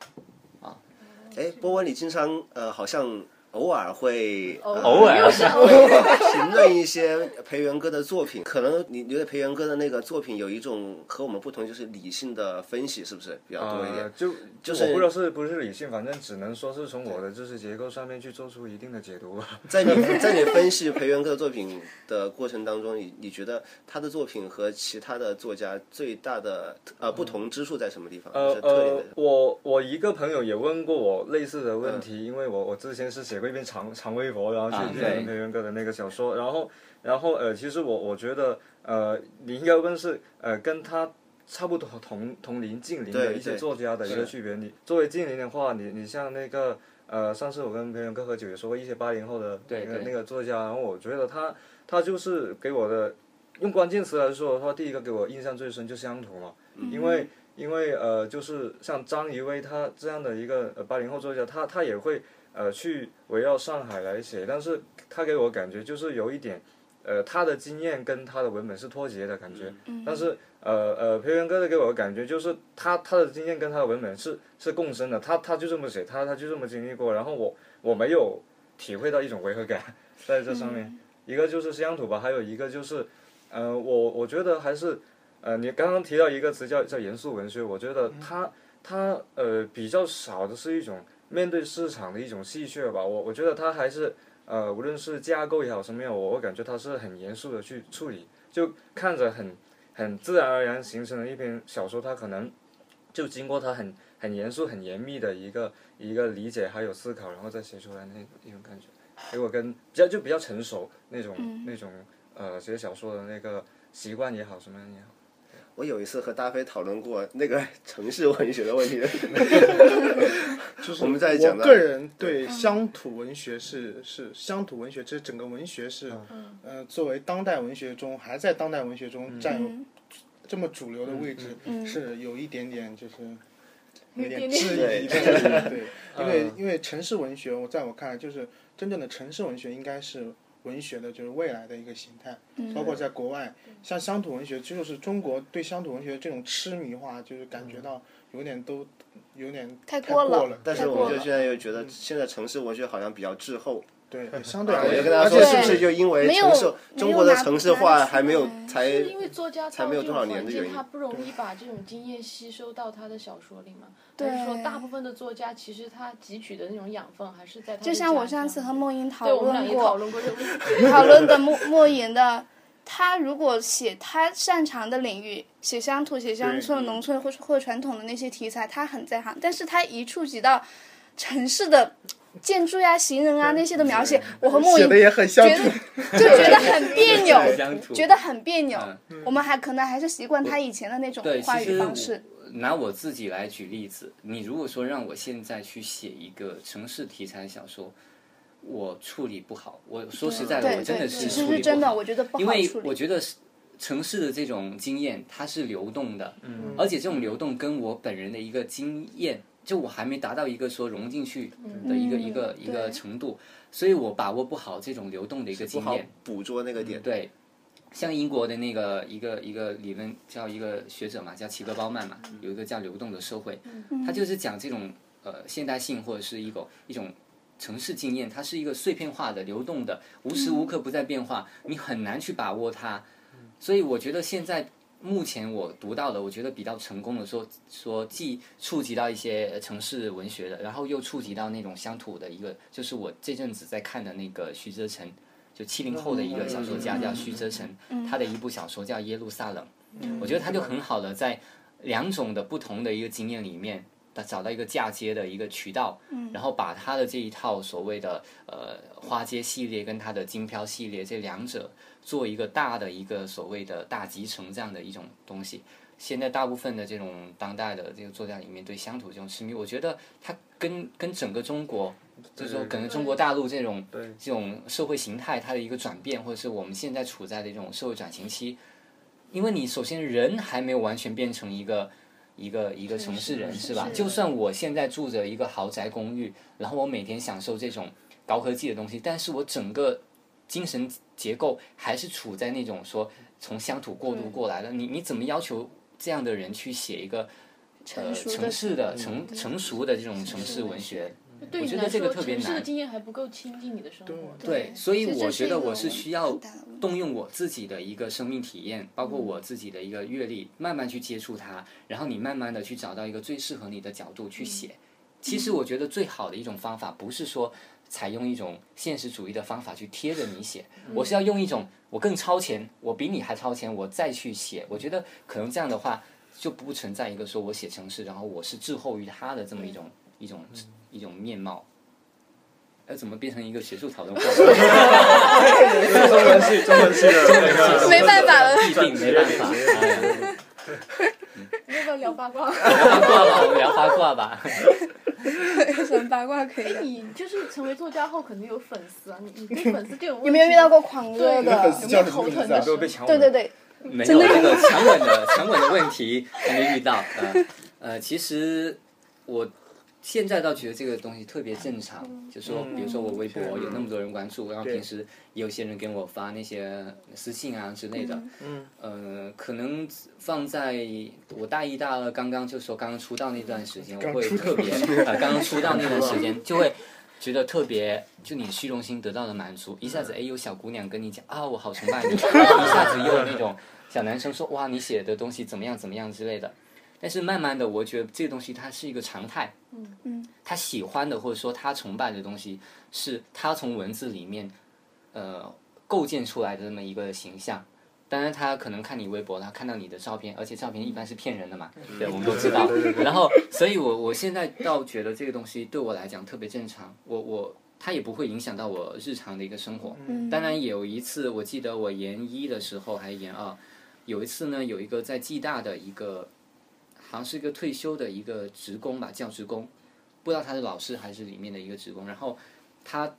Speaker 4: 哎，波波，你经常呃，好像偶尔会呃
Speaker 6: 偶尔
Speaker 3: 又是偶尔，
Speaker 4: 评论一些裴元哥的作品，可能你觉得裴元哥的那个作品有一种和我们不同，就是理性的分析，是不是比较多一点？
Speaker 7: 呃，就
Speaker 4: 就是
Speaker 7: 我不知道是不是理性，反正只能说是从我的知识结构上面去做出一定的解读吧。
Speaker 4: 在你在你分析裴元哥的作品的过程当中，你你觉得他的作品和其他的作家最大的呃不同之处在什么地方？
Speaker 7: 呃
Speaker 4: 是特点
Speaker 7: 呃
Speaker 4: 在什，么
Speaker 7: 我我一个朋友也问过我类似的问题，因为我我之前是写过一篇长长微博，然后
Speaker 6: 嗯啊
Speaker 7: 去
Speaker 6: 对
Speaker 7: 写裴元哥的那个小说，然后然后呃，其实我我觉得呃，你应该问是呃跟他。差不多同同龄近邻的
Speaker 4: 对
Speaker 7: 一些
Speaker 4: 对
Speaker 7: 作家的一个
Speaker 4: 是
Speaker 7: 区别，你作为近邻的话，你你像那个呃，上次我跟裴元哥喝酒也说过一些八零后的那
Speaker 6: 对
Speaker 7: 个
Speaker 6: 对，
Speaker 7: 那个作家，然后我觉得他他就是给我的用关键词来说的话，第一个给我印象最深就乡土嘛，因为因为呃，就是像张怡薇她这样的一个呃八零后作家，她她也会呃去围绕上海来写，但是她给我感觉就是有一点。呃，她的经验跟她的文本是脱节的感觉，但是呃呃，裴元哥的给我的感觉就是他他的经验跟他的文本是是共生的，他他就这么写，他他就这么经历过，然后我我没有体会到一种违和感在这上面，一个就是乡土吧，还有一个就是，呃，我我觉得还是，呃，你刚刚提到一个词叫叫严肃文学，我觉得它它呃比较少的是一种面对市场的一种戏谑吧，我我觉得它还是呃无论是架构也好什么样，我我感觉它是很严肃的去处理，就看着很很自然而然形成了一篇小说，它可能就经过它很很严肃很严密的一个一个理解还有思考，然后再写出来那一种感觉。给我跟比较就比较成熟那种、
Speaker 5: 嗯
Speaker 7: 那种呃写小说的那个习惯也好，什么样也好。
Speaker 4: 我有一次和大飞讨论过那个 城市文学的问题，
Speaker 1: 就是
Speaker 4: 我们在
Speaker 1: 我
Speaker 4: 讲到
Speaker 1: 个人对乡土文学是是乡土文学，这整个文学是，
Speaker 4: 嗯
Speaker 1: 呃，作为当代文学中还在当代文学中占
Speaker 5: 嗯
Speaker 1: 有这么主流的位置，是有一点点就是。有一点
Speaker 3: 点
Speaker 1: 质疑的，对，
Speaker 4: 嗯
Speaker 1: 因为因为城市文学，我在我看来，就是真正的城市文学应该是文学的，就是未来的一个形态，
Speaker 5: 嗯
Speaker 1: 包括在国外，像乡土文学，就是中国对乡土文学这种痴迷化，就是感觉到有点都有点
Speaker 5: 太
Speaker 1: 过
Speaker 5: 过了
Speaker 4: 但是
Speaker 5: 太
Speaker 4: 我
Speaker 5: 过
Speaker 4: 就
Speaker 5: 了
Speaker 4: 现在又觉得现在城市文学好像比较滞后。
Speaker 1: 对，相对来
Speaker 4: 我
Speaker 1: 说，
Speaker 4: 就跟他
Speaker 1: 而
Speaker 4: 说，
Speaker 1: 且
Speaker 4: 是不是就因为
Speaker 5: 没有
Speaker 4: 城市
Speaker 5: 没有
Speaker 4: 中国的
Speaker 5: 拿
Speaker 4: 城市化还没有
Speaker 5: 拿出
Speaker 4: 才
Speaker 3: 是因为作家
Speaker 4: 才
Speaker 3: 到
Speaker 4: 没有
Speaker 3: 这
Speaker 4: 多
Speaker 3: 种
Speaker 4: 少年
Speaker 3: 环
Speaker 4: 的原
Speaker 3: 境，
Speaker 4: 因
Speaker 3: 他不容易把这种经验吸收到他的小说里嘛。还是
Speaker 5: 对
Speaker 3: 说，大部分的作家其实他汲取的那种养分还是在他
Speaker 5: 就
Speaker 3: 的
Speaker 5: 像我
Speaker 3: 家
Speaker 5: 上
Speaker 3: 乡
Speaker 5: 次和梦莹讨
Speaker 3: 对我们俩
Speaker 5: 论
Speaker 3: 也讨
Speaker 5: 过，
Speaker 3: 论过这个问题。
Speaker 5: 讨论的莫莫言的，他如果写他擅长的领域，写乡土、写乡村、农村或或传统的那些题材，他很在行。但是他一触及到城市的建筑呀、行人啊那些的描写，我和莫
Speaker 1: 写
Speaker 5: 言
Speaker 1: 的也很乡土，
Speaker 5: 就觉得很别扭
Speaker 6: 乡土
Speaker 5: 觉得很别扭。我们还可能还是习惯他以前的那种
Speaker 6: 嗯对，
Speaker 5: 话
Speaker 6: 其
Speaker 5: 语
Speaker 6: 实
Speaker 5: 方式。
Speaker 6: 我拿我自己来举例子，你如果说让我现在去写一个城市题材的小说，我处理不好。我说实在的，
Speaker 5: 对
Speaker 6: 我真
Speaker 5: 对，
Speaker 6: 的
Speaker 5: 其
Speaker 6: 是
Speaker 5: 实
Speaker 6: 处
Speaker 5: 是
Speaker 6: 理不
Speaker 5: 真的，
Speaker 6: 好。
Speaker 5: 我觉得不
Speaker 6: 因
Speaker 5: 好
Speaker 6: 为
Speaker 5: 处
Speaker 6: 我
Speaker 5: 理。
Speaker 6: 觉得是城市的这种经验它是流动的，
Speaker 5: 嗯
Speaker 6: 而且这种流动跟我本人的一个经验，就我还没达到一个说融进去的一个、
Speaker 5: 嗯
Speaker 6: 一个一个
Speaker 5: 对
Speaker 6: 程度，所以我把握不好这种流动的一个
Speaker 4: 不
Speaker 6: 经
Speaker 4: 好
Speaker 6: 验。嗯
Speaker 4: 捕捉那个点。
Speaker 6: 对，像英国的那个一个一个理论叫一个学者嘛，叫齐格包曼嘛，有一个叫流动的社会，他就是讲这种呃现代性或者是一种一种城市经验，它是一个碎片化的、流动的，无时无刻不在变化，你很难去把握它。所以我觉得现在。目前我读到的，我觉得比较成功的说说，既触及到一些呃城市文学的，然后又触及到那种乡土的一个，就是我这阵子在看的那个徐志成，就七零后的一个小说家叫徐哲成，他的一部小说叫《耶路撒冷》，
Speaker 4: 嗯
Speaker 1: 嗯
Speaker 6: 我觉得他就很好的在两种的不同的一个经验里面，他找到一个嫁接的一个渠道，然后把他的这一套所谓的呃花街系列跟他的金飘系列这两者做一个大的一个所谓的大集成这样的一种东西。现在大部分的这种当代的这个作家里面对乡土这种痴迷，我觉得它跟跟整个中国就是说可能中国大陆这种这种社会形态它的一个转变，或者是我们现在处在的这种社会转型期，因为你首先人还没有完全变成一个一个一个城市人
Speaker 3: 是
Speaker 6: 是吧？
Speaker 3: 是
Speaker 6: 就算我现在住着一个豪宅公寓，然后我每天享受这种高科技的东西，但是我整个精神结构还是处在那种说从乡土过渡过来的，你你怎么要求这样的人去写一个？呃，
Speaker 5: 成熟的
Speaker 6: 城市的成成熟的这种城市文学，
Speaker 3: 对你
Speaker 6: 觉得
Speaker 3: 来
Speaker 6: 这个
Speaker 3: 说，
Speaker 6: 特别
Speaker 3: 城市的
Speaker 6: 难
Speaker 3: 经验还不够亲近你的生活。
Speaker 6: 对，所以
Speaker 5: 所以这
Speaker 6: 我
Speaker 5: 是
Speaker 6: 觉
Speaker 5: 一
Speaker 6: 得
Speaker 5: 个
Speaker 6: 我是需要
Speaker 5: 很大的问题
Speaker 6: 动用我自己的一个生命体验，包括我自己的一个阅历，慢慢去接触它，然后你慢慢的去找到一个最适合你的角度去写。其实我觉得最好的一种方法，不是说采用一种现实主义的方法去贴着你写，我是要用一种我更超前，我比你还超前，我再去写。我觉得可能这样的话，就不存在一个说我写城市，然后我是滞后于他的这么一种一种一种面貌。哎，怎么变成一个学术讨论会 了？
Speaker 7: 中文系，中文系的，中文
Speaker 5: 没办法了，
Speaker 6: 必定没办法。
Speaker 3: 要不要聊八 卦？
Speaker 6: 八卦吧，我们聊八卦吧。
Speaker 5: 什么八卦可以聊？
Speaker 3: 你就是成为作家后，肯定有粉丝啊，你你 对粉丝这种问题
Speaker 5: 有没有遇到过狂热
Speaker 3: 对
Speaker 1: 你的 粉
Speaker 5: 的
Speaker 1: 丝？
Speaker 3: 有没有头疼的
Speaker 1: 叫什
Speaker 3: 时
Speaker 7: 都
Speaker 3: 候
Speaker 7: 啊被？抢
Speaker 5: 对对对，
Speaker 6: 没
Speaker 5: 真
Speaker 6: 有
Speaker 5: 的
Speaker 6: 这个强吻的强吻的问题还没遇到。呃呃，其实我现在倒觉得这个东西特别正常，就说比如说我微博有那么多人关注，然后平时也有些人给我发那些私信啊之类的。嗯。呃，可能放在我大一大二刚刚就说刚刚出道那段时间，我会特别 呃刚刚出道那段时 间就会。觉得特别，就你虚荣心得到了满足，一下子哎有小姑娘跟你讲啊，我好崇拜你，然后一下子又有那种小男生说哇你写的东西怎么样怎么样之类的。但是慢慢的，我觉得这个东西它是一个常态，嗯
Speaker 5: 嗯，
Speaker 6: 他喜欢的或者说他崇拜的东西，是他从文字里面，呃，构建出来的这么一个形象。当然，他可能看你微博，他看到你的照片，而且照片一般是骗人的嘛，对，我们都知道。 然后，所以我我现在倒觉得这个东西对我来讲特别正常，我我它也不会影响到我日常的一个生活。
Speaker 5: 嗯
Speaker 6: 当然有一次，我记得我研一的时候还是研二，有一次呢，有一个在暨大的一个，好像是一个退休的一个职工吧，教职工，不知道他是老师还是里面的一个职工，然后他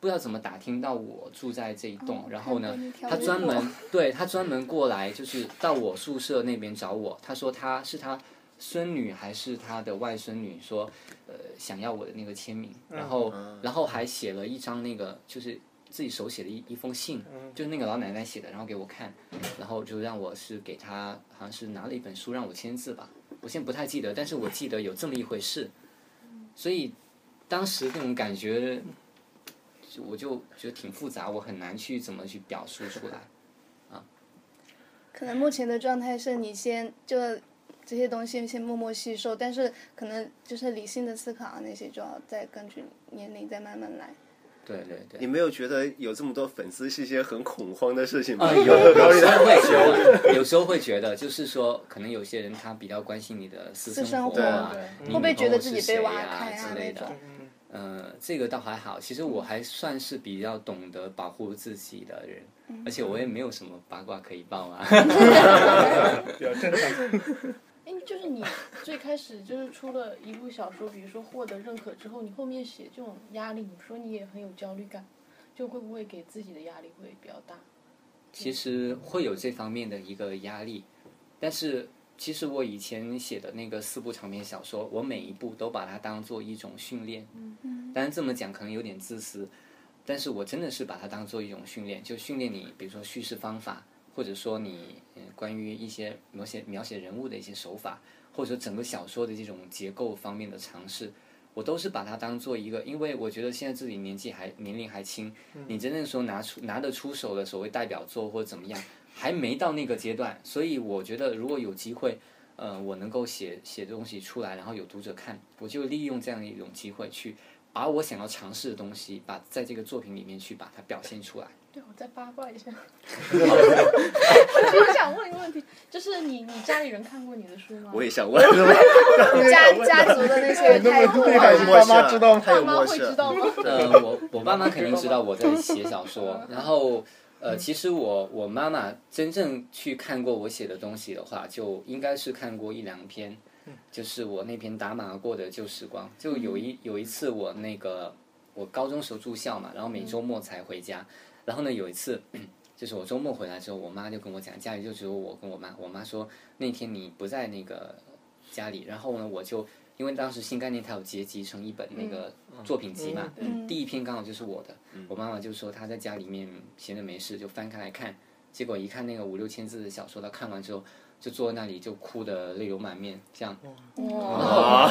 Speaker 6: 不知道怎么打听到我住在这一
Speaker 5: 哦
Speaker 6: 栋，然后呢
Speaker 5: 看过那，条
Speaker 6: 他
Speaker 5: 微
Speaker 6: 专
Speaker 5: 博
Speaker 6: 门对他专门过来就是到我宿舍那边找我，他说他是他孙女还是他的外孙女说，呃，想要我的那个签名，然后然后还写了一张那个就是自己手写的一一封信，就是那个老奶奶写的，然后给我看，然后就让我是给她好像是拿了一本书让我签字吧，我现在不太记得，但是我记得有这么一回事，所以当时那种感觉，就我就觉得挺复杂，我很难去怎么去表述出来。
Speaker 5: 可能目前的状态是你先就这些东西先默默吸收，但是可能就是理性的思考啊那些，就要再根据年龄再慢慢 来。
Speaker 6: 对对对，
Speaker 4: 你没有觉得有这么多粉丝是一些很恐慌的事情 吗？
Speaker 6: 啊，有有时候会觉得，有时候会觉得，就是说，可能有些人他比较关心你的私
Speaker 5: 私生
Speaker 6: 活啊
Speaker 5: 活对，
Speaker 6: 你
Speaker 5: 会不会
Speaker 6: 女朋友
Speaker 5: 觉得自己
Speaker 6: 是
Speaker 5: 被
Speaker 6: 谁
Speaker 5: 挖
Speaker 6: 啊
Speaker 5: 开啊
Speaker 6: 之类的
Speaker 5: 那种？
Speaker 6: 呃，这个倒还好，其实我还算是比较懂得保护自己的人，
Speaker 5: 嗯
Speaker 6: 而且我也没有什么八卦可以爆啊。
Speaker 1: 比较正常。
Speaker 3: 哎， 就是你最开始就是出了一部小说，比如说获得认可之后，你后面写这种压力，你说你也很有焦虑感，就会不会给自己的压力会比较大？
Speaker 6: 其实会有这方面的一个压力，但是其实我以前写的那个四部长篇小说，我每一部都把它当做一种训练。嗯，当然这么讲可能有点自私，但是我真的是把它当做一种训练，就训练你，比如说叙事方法，或者说你呃关于一些描写描写人物的一些手法，或者说整个小说的这种结构方面的尝试。我都是把它当做一个，因为我觉得现在自己年纪还年龄还轻，你真正说拿出拿得出手的所谓代表作或者怎么样，还没到那个阶段，所以我觉得如果有机会，呃，我能够写写东西出来，然后有读者看，我就利用这样的一种机会去把我想要尝试的东西，把在这个作品里面去把它表现出来。
Speaker 3: 对，我再八卦一下。 我想问一个问题，就是你你家里人看过你的书吗？
Speaker 4: 我也想问，是吧
Speaker 5: 家家族 的那些态度
Speaker 1: 厉害，你
Speaker 5: 啊，
Speaker 1: 爸妈知道吗？
Speaker 4: 太有
Speaker 3: 妈
Speaker 4: 默
Speaker 3: 会
Speaker 4: 契
Speaker 3: 知
Speaker 4: 了。
Speaker 3: 道吗？
Speaker 6: 呃，我我爸妈肯定知道我在写小说，然后呃，其实我我妈妈真正去看过我写的东西的话，就应该是看过一两篇，就是我那篇打码过的旧时光，就有一有一次我那个我高中时候住校嘛，然后每周末才回家。然后呢，有一次就是我周末回来之后，我妈就跟我讲，家里就只有我跟我妈。我妈说那天你不在那个家里，然后呢，我就因为当时新概念它有结集成一本那个作品集嘛，第一篇刚好就是我的。我妈妈就说她在家里面闲着没事就翻开来看，结果一看那个五六千字的小说，她看完之后就坐在那里就哭的泪流满面，这样。嗯
Speaker 3: 哇，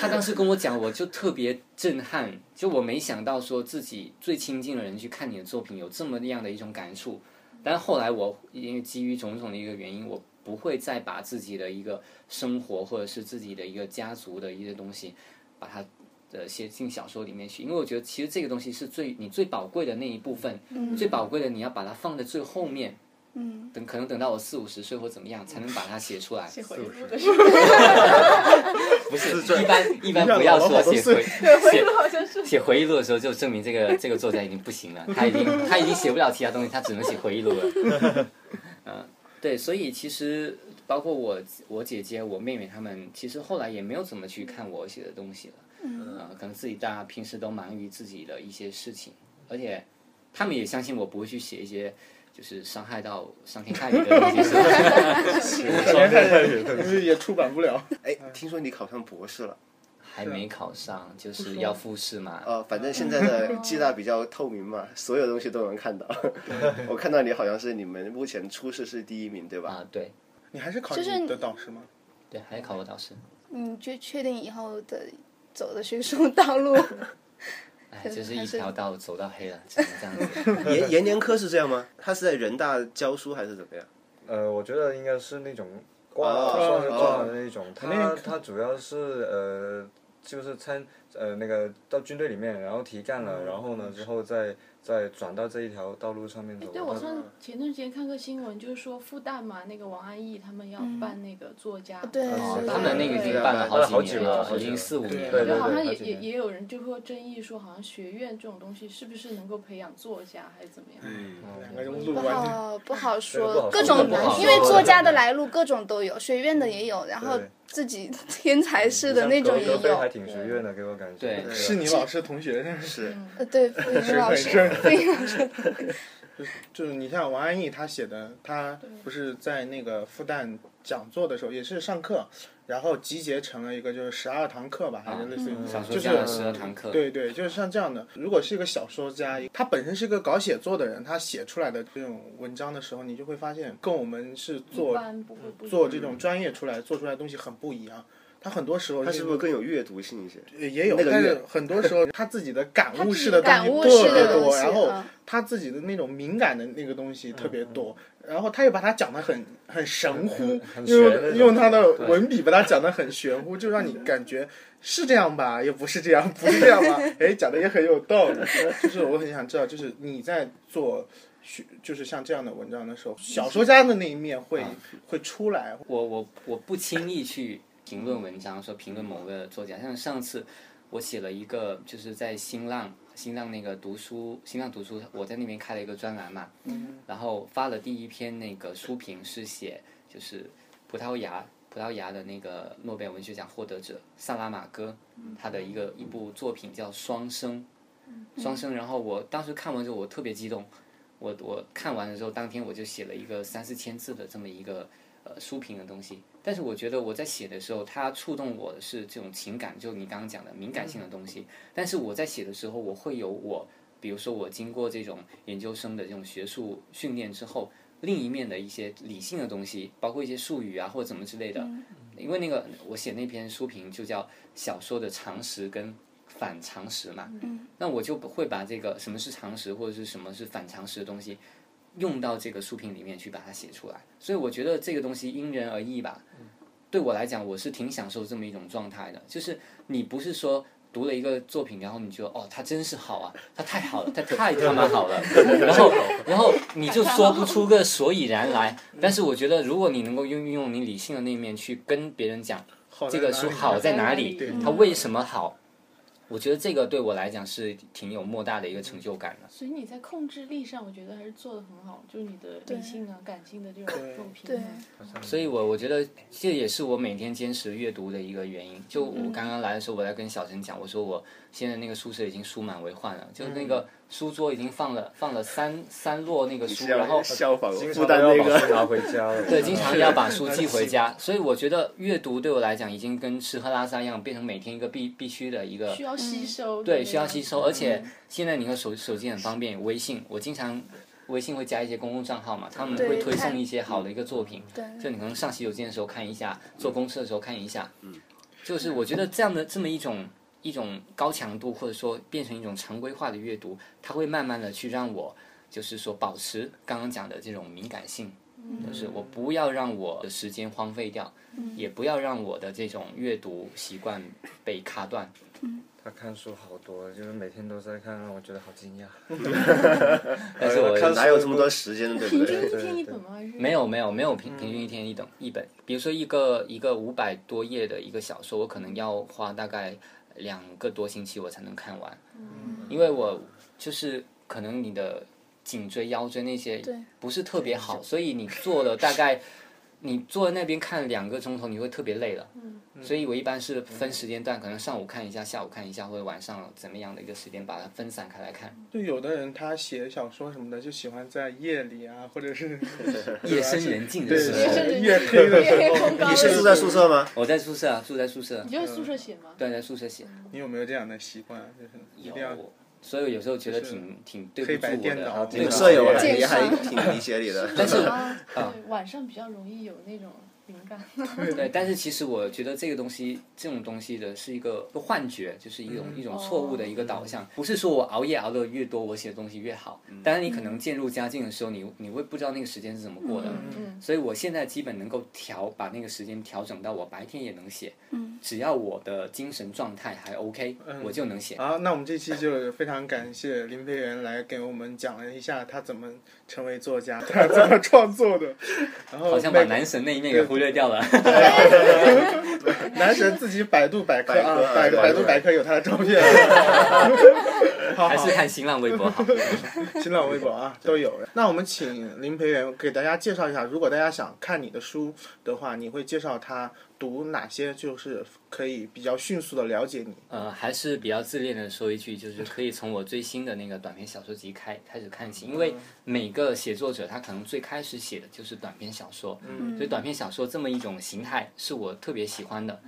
Speaker 6: 他当时跟我讲，我就特别震撼，就我没想到说自己最亲近的人去看你的作品有这么样的一种感触。但后来我因为基于种种的一个原因，我不会再把自己的一个生活或者是自己的一个家族的一些东西，把它呃写进小说里面去，因为我觉得其实这个东西是最你最宝贵的那一部分，
Speaker 3: 嗯
Speaker 6: 最宝贵的你要把它放在最后面。
Speaker 5: 嗯，
Speaker 6: 等可能等到我四五十岁或怎么样，才能把它写出来。
Speaker 3: 写回忆录的
Speaker 4: 是
Speaker 3: 时候，
Speaker 6: 不是，一般一般不要说写回 写
Speaker 3: 好像是
Speaker 6: 写回忆录的时候，就证明这个这个作家已经不行了，他已经他已经写不了其他东西，他只能写回忆录了。 嗯、对，所以其实包括我我姐姐、我妹妹她们，其实后来也没有怎么去看我写的东西了。嗯、可能自己大家平时都忙于自己的一些事情，而且他们也相信我不会去写一些。就是伤害到伤天害理的东西 是
Speaker 7: 天太太也
Speaker 1: 但 是也出版不了。
Speaker 4: 哎，听说你考上博士了？
Speaker 6: 还没考上，就是要复试嘛。
Speaker 3: 哦
Speaker 4: 呃，反正现在 的暨大比较透明嘛，所有东西都能看到。 我看到你好像是你们目前初试是第一名，对吧？
Speaker 6: 啊，对
Speaker 1: 你还是考你的导师吗？
Speaker 6: 对，还考过导师。
Speaker 5: 你就确定以后的走的学术道路？
Speaker 6: 哎，就是一条道走到黑了，只能这样子。
Speaker 4: 研研研科是这样吗？他是在人大教书还是怎么样？
Speaker 7: 呃，我觉得应该是那种挂
Speaker 4: 哦
Speaker 7: 算是挂
Speaker 4: 哦
Speaker 7: 的那种，他他主要是呃，就是参呃那个到军队里面，然后提干了，然后呢之后再再转到这一条道路上面走。
Speaker 3: 哎对，我
Speaker 7: 他
Speaker 3: 上前段时间看个新闻，就是说复旦嘛，那个王安忆他们要办那个作家，
Speaker 5: 对
Speaker 6: 哦
Speaker 5: 是
Speaker 6: 他们那个已经办了
Speaker 7: 好
Speaker 6: 几
Speaker 7: 几
Speaker 6: 年
Speaker 7: 年了
Speaker 6: 已经四五年
Speaker 7: 对对
Speaker 3: 就
Speaker 7: 对
Speaker 3: 好
Speaker 6: 了。
Speaker 3: 像也
Speaker 7: 好几
Speaker 3: 也
Speaker 7: 年
Speaker 3: 也有人就会争议说，好像学院这种东西是不是能够培养作家，还是怎么样？
Speaker 6: 嗯
Speaker 1: 两个人录
Speaker 5: 不
Speaker 1: 完，
Speaker 5: 好不好
Speaker 7: 对不
Speaker 5: 说，
Speaker 7: 好
Speaker 5: 各
Speaker 7: 说
Speaker 5: 种
Speaker 7: 不好说
Speaker 5: 因为作家的来路各种都有，学院的也有，然后
Speaker 7: 对
Speaker 5: 自己 天才式的
Speaker 7: 像
Speaker 5: 那种也
Speaker 7: 格格菲还
Speaker 5: 有。
Speaker 7: 挺随缘的，给我感觉。
Speaker 6: 对
Speaker 1: 是你老师同学是
Speaker 4: 是
Speaker 5: 呃，对，傅云老师，
Speaker 1: 是
Speaker 5: 傅云老师，
Speaker 1: 就是你像王安忆他写的，他不是在那个复旦讲座的时候，也是上课，然后集结成了一个就是十二堂课吧，还是类似于
Speaker 6: 小说
Speaker 1: 就
Speaker 6: 家的
Speaker 1: 是
Speaker 6: 十二堂课，
Speaker 1: 对对，就是像这样的。如果是一个小说家，他本身是一个搞写作的人，他写出来的这种文章的时候，你就会发现跟我们是
Speaker 3: 一
Speaker 1: 做
Speaker 3: 般不会不
Speaker 1: 做这种专业出来做出来的东西很不一样。他很多时候
Speaker 4: 他
Speaker 1: 就是
Speaker 4: 不是更有阅读性一些？
Speaker 1: 呃也有，
Speaker 4: 那个
Speaker 1: 但
Speaker 4: 月
Speaker 1: 是很多时候他自己的感悟式的东
Speaker 5: 感悟
Speaker 1: 西特
Speaker 5: 式
Speaker 1: 别
Speaker 5: 的东
Speaker 1: 多，
Speaker 5: 西
Speaker 1: 然后
Speaker 5: 啊，
Speaker 1: 他自己的那种敏感的那个东西特别多，然后他又把它讲得很很神乎，
Speaker 7: 很玄的那
Speaker 1: 用
Speaker 7: 种
Speaker 1: 用他的文笔把它讲得很玄乎，就让你感觉是这样吧，也不是这样，不是这样吧， 哎，讲的也很有道理。就是我很想知道，就是你在做学，就是像这样的文章的时候，小说家的那一面会会出来，
Speaker 6: 我我我不轻易去评论文章，说评论某个作家。像上次我写了一个，就是在新浪新浪那个读书新浪读书，我在那边开了一个专栏嘛，然后发了第一篇那个书评是写就是葡萄牙葡萄牙的那个诺贝尔文学奖获得者萨拉玛戈他的一个一部作品叫《双生》，双生。然后我当时看完之后，我特别激动。我我看完的时候，当天我就写了一个三四千字的这么一个呃书评的东西。但是我觉得我在写的时候，它触动我的是这种情感，就你刚刚讲的敏感性的东西。但是我在写的时候，我会有我，比如说我经过这种研究生的这种学术训练之后，另一面的一些理性的东西，包括一些术语啊或者怎么之类的。因为那个我写那篇书评就叫小说的常识跟反常识嘛，那我就会把这个什么是常识或者是什么是反常识的东西，用到这个书评里面去把它写出来。所以我觉得这个东西因人而异吧。
Speaker 1: 嗯
Speaker 6: 对我来讲，我是挺享受这么一种状态的，就是你不是说。读了一个作品，然后你就哦，它真是好啊，它太好了，它太他妈好了，然后然后你就说不出个所以然来。但是我觉得，如果你能够运用你理性的那一面去跟别人讲，
Speaker 1: 好在
Speaker 6: 这个
Speaker 1: 哪
Speaker 6: 书
Speaker 1: 里啊
Speaker 6: 好在哪里
Speaker 3: 对，
Speaker 6: 它为什么好，我觉得这个对我来讲是挺有莫大的一个成就感的。
Speaker 3: 所以你在控制力上，我觉得还是做的很好，就是你的理性啊、感性的这种这种平
Speaker 5: 对
Speaker 3: 衡。
Speaker 6: 所以我我觉得这也是我每天坚持阅读的一个原因。就我刚刚来的时候，我在跟小陈讲，我说我现在那个宿舍已经书满为患了，就是那个书桌已经放了放了三三摞那个书，
Speaker 4: 这样
Speaker 6: 然后
Speaker 4: 效仿
Speaker 7: 经
Speaker 4: 复
Speaker 7: 常
Speaker 4: 旦
Speaker 7: 都
Speaker 4: 那
Speaker 7: 要把
Speaker 4: 个
Speaker 7: 书拿回家了。
Speaker 6: 对，经常要把书寄 回家，所以我觉得阅读对我来讲已经跟吃喝拉撒一样，变成每天一个必必须的一个
Speaker 3: 需要吸收的那种。
Speaker 6: 对，需要吸收，而且
Speaker 5: 嗯
Speaker 6: 现在你看手手机很方便，微信我经常微信会加一些公共账号嘛，他们
Speaker 5: 对
Speaker 6: 会推
Speaker 5: 看
Speaker 6: 送一些好的一个作品，
Speaker 5: 对
Speaker 6: 就你可能上洗手间的时候看一下，做公司的时候看一下，嗯就是我觉得这样的这么一种一种高强度或者说变成一种常规化的阅读，它会慢慢的去让我就是说保持刚刚讲的这种敏感性。
Speaker 5: 嗯
Speaker 6: 就是我不要让我的时间荒废掉，也不要让我的这种阅读习惯被卡断。
Speaker 7: 他看书好多，就是每天都在看，让我觉得好惊讶。
Speaker 6: 但是我
Speaker 7: 看
Speaker 4: 哎哪有这么多时间呢？对不
Speaker 3: 平均
Speaker 4: 对？
Speaker 3: 一天一本吗？还是
Speaker 6: 没有没有没有平平均一天一等一本，比如说一个一个五百多页的一个小说，我可能要花大概两个多星期我才能看完，
Speaker 1: 嗯
Speaker 6: 因为我就是可能你的颈椎、腰椎那些不是特别好，所以你坐了大概你坐在那边看两个钟头，你会特别累了。
Speaker 1: 嗯
Speaker 6: 所以我一般是分时间段，可能上午看一下，下午看一下，或者晚上怎么样的一个时间把它分散开来看。
Speaker 1: 就有的人他写小说什么的，就喜欢在夜里啊，或者 是
Speaker 6: 夜深人静的
Speaker 1: 对
Speaker 6: 时
Speaker 3: 夜深
Speaker 6: 候，
Speaker 3: 人
Speaker 1: 夜黑的时
Speaker 3: 夜
Speaker 1: 候
Speaker 3: 空高
Speaker 4: 你是住在宿舍 吗？
Speaker 6: 我在宿舍啊，住在宿舍
Speaker 1: 嗯
Speaker 3: 你，就在宿舍写吗？
Speaker 6: 对，在宿舍写。
Speaker 1: 你有没有这样的习惯啊？就是一定要
Speaker 6: 有，所以我有时候觉得挺挺对不
Speaker 1: 黑
Speaker 6: 住
Speaker 1: 白
Speaker 6: 我
Speaker 1: 颠
Speaker 6: 的
Speaker 1: 倒
Speaker 6: 啊，
Speaker 1: 这
Speaker 4: 你
Speaker 1: 种
Speaker 6: 对不
Speaker 4: 们
Speaker 6: 住
Speaker 4: 舍友
Speaker 6: 我
Speaker 4: 还
Speaker 6: 的
Speaker 5: 健
Speaker 4: 你还
Speaker 5: 身
Speaker 4: 挺理解你 的，
Speaker 6: 但是
Speaker 5: 啊，
Speaker 3: 对，晚上比较容易有那种灵感。
Speaker 6: 对，但是其实我觉得这个东西，这种东西的是一个幻觉，就是一种
Speaker 3: 嗯
Speaker 6: 一种错误的一个导向，
Speaker 1: 哦
Speaker 6: 不是说我熬夜熬得越多，我写的东西越好。
Speaker 1: 嗯
Speaker 6: 当然，你可能渐入佳境的时候，你你会不知道那个时间是怎么过的。
Speaker 3: 嗯，
Speaker 6: 所以我现在基本能够调，把那个时间调整到我白天也能写，
Speaker 3: 嗯
Speaker 6: 只要我的精神状态还 OK，我就能写。
Speaker 1: 啊，那我们这期就非常感谢林飞元来给我们讲了一下他怎么成为作家，他怎么创作的，然后
Speaker 6: 好像把
Speaker 1: 每个
Speaker 6: 男神那一面给忽略掉了。
Speaker 1: 男神自己百度百科啊，百
Speaker 4: 百科
Speaker 1: 百度百科有他的照片，好
Speaker 6: 还
Speaker 1: 好
Speaker 6: 是，看新浪微博 好。
Speaker 1: 新浪微博啊都有。那我们请林培元给大家介绍一下，如果大家想看你的书的话，你会介绍他读哪些，就是可以比较迅速的了解你。
Speaker 6: 呃，还是比较自恋的说一句，就是可以从我最新的那个短篇小说集开开始看起，因为每个写作者他可能最开始写的就是短篇小说，
Speaker 5: 嗯
Speaker 6: 所以短篇小说这么一种形态是我特别喜欢的。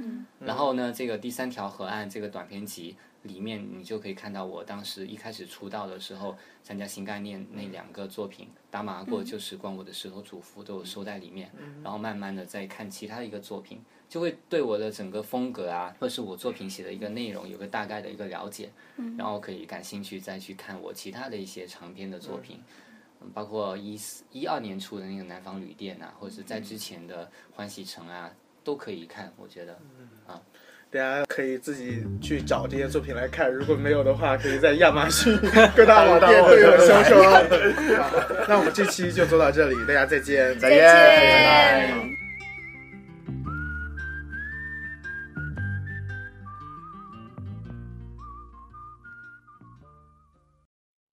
Speaker 6: 然后呢，这个第三条河岸这个短篇集里面，你就可以看到我当时一开始出道的时候参加新概念那两个作品，《打马过旧时光》《我的石头祖父》都有收在里面，然后慢慢的再看其他的一个作品，就会对我的整个风格啊，或是我作品写的一个内容有个大概的一个了解，然后可以感兴趣再去看我其他的一些长篇的作品。嗯包括一四一二年出的那个《南方旅店》啊，或者是在之前的《欢喜城》啊，都可以看。我觉得，
Speaker 1: 大家可以自己去找这些作品来看，如果没有的话，可以在亚马逊各大网店都有销售。好那我们这期就做到这里，大家再见，
Speaker 5: 再
Speaker 4: 再见，拜拜
Speaker 5: 见。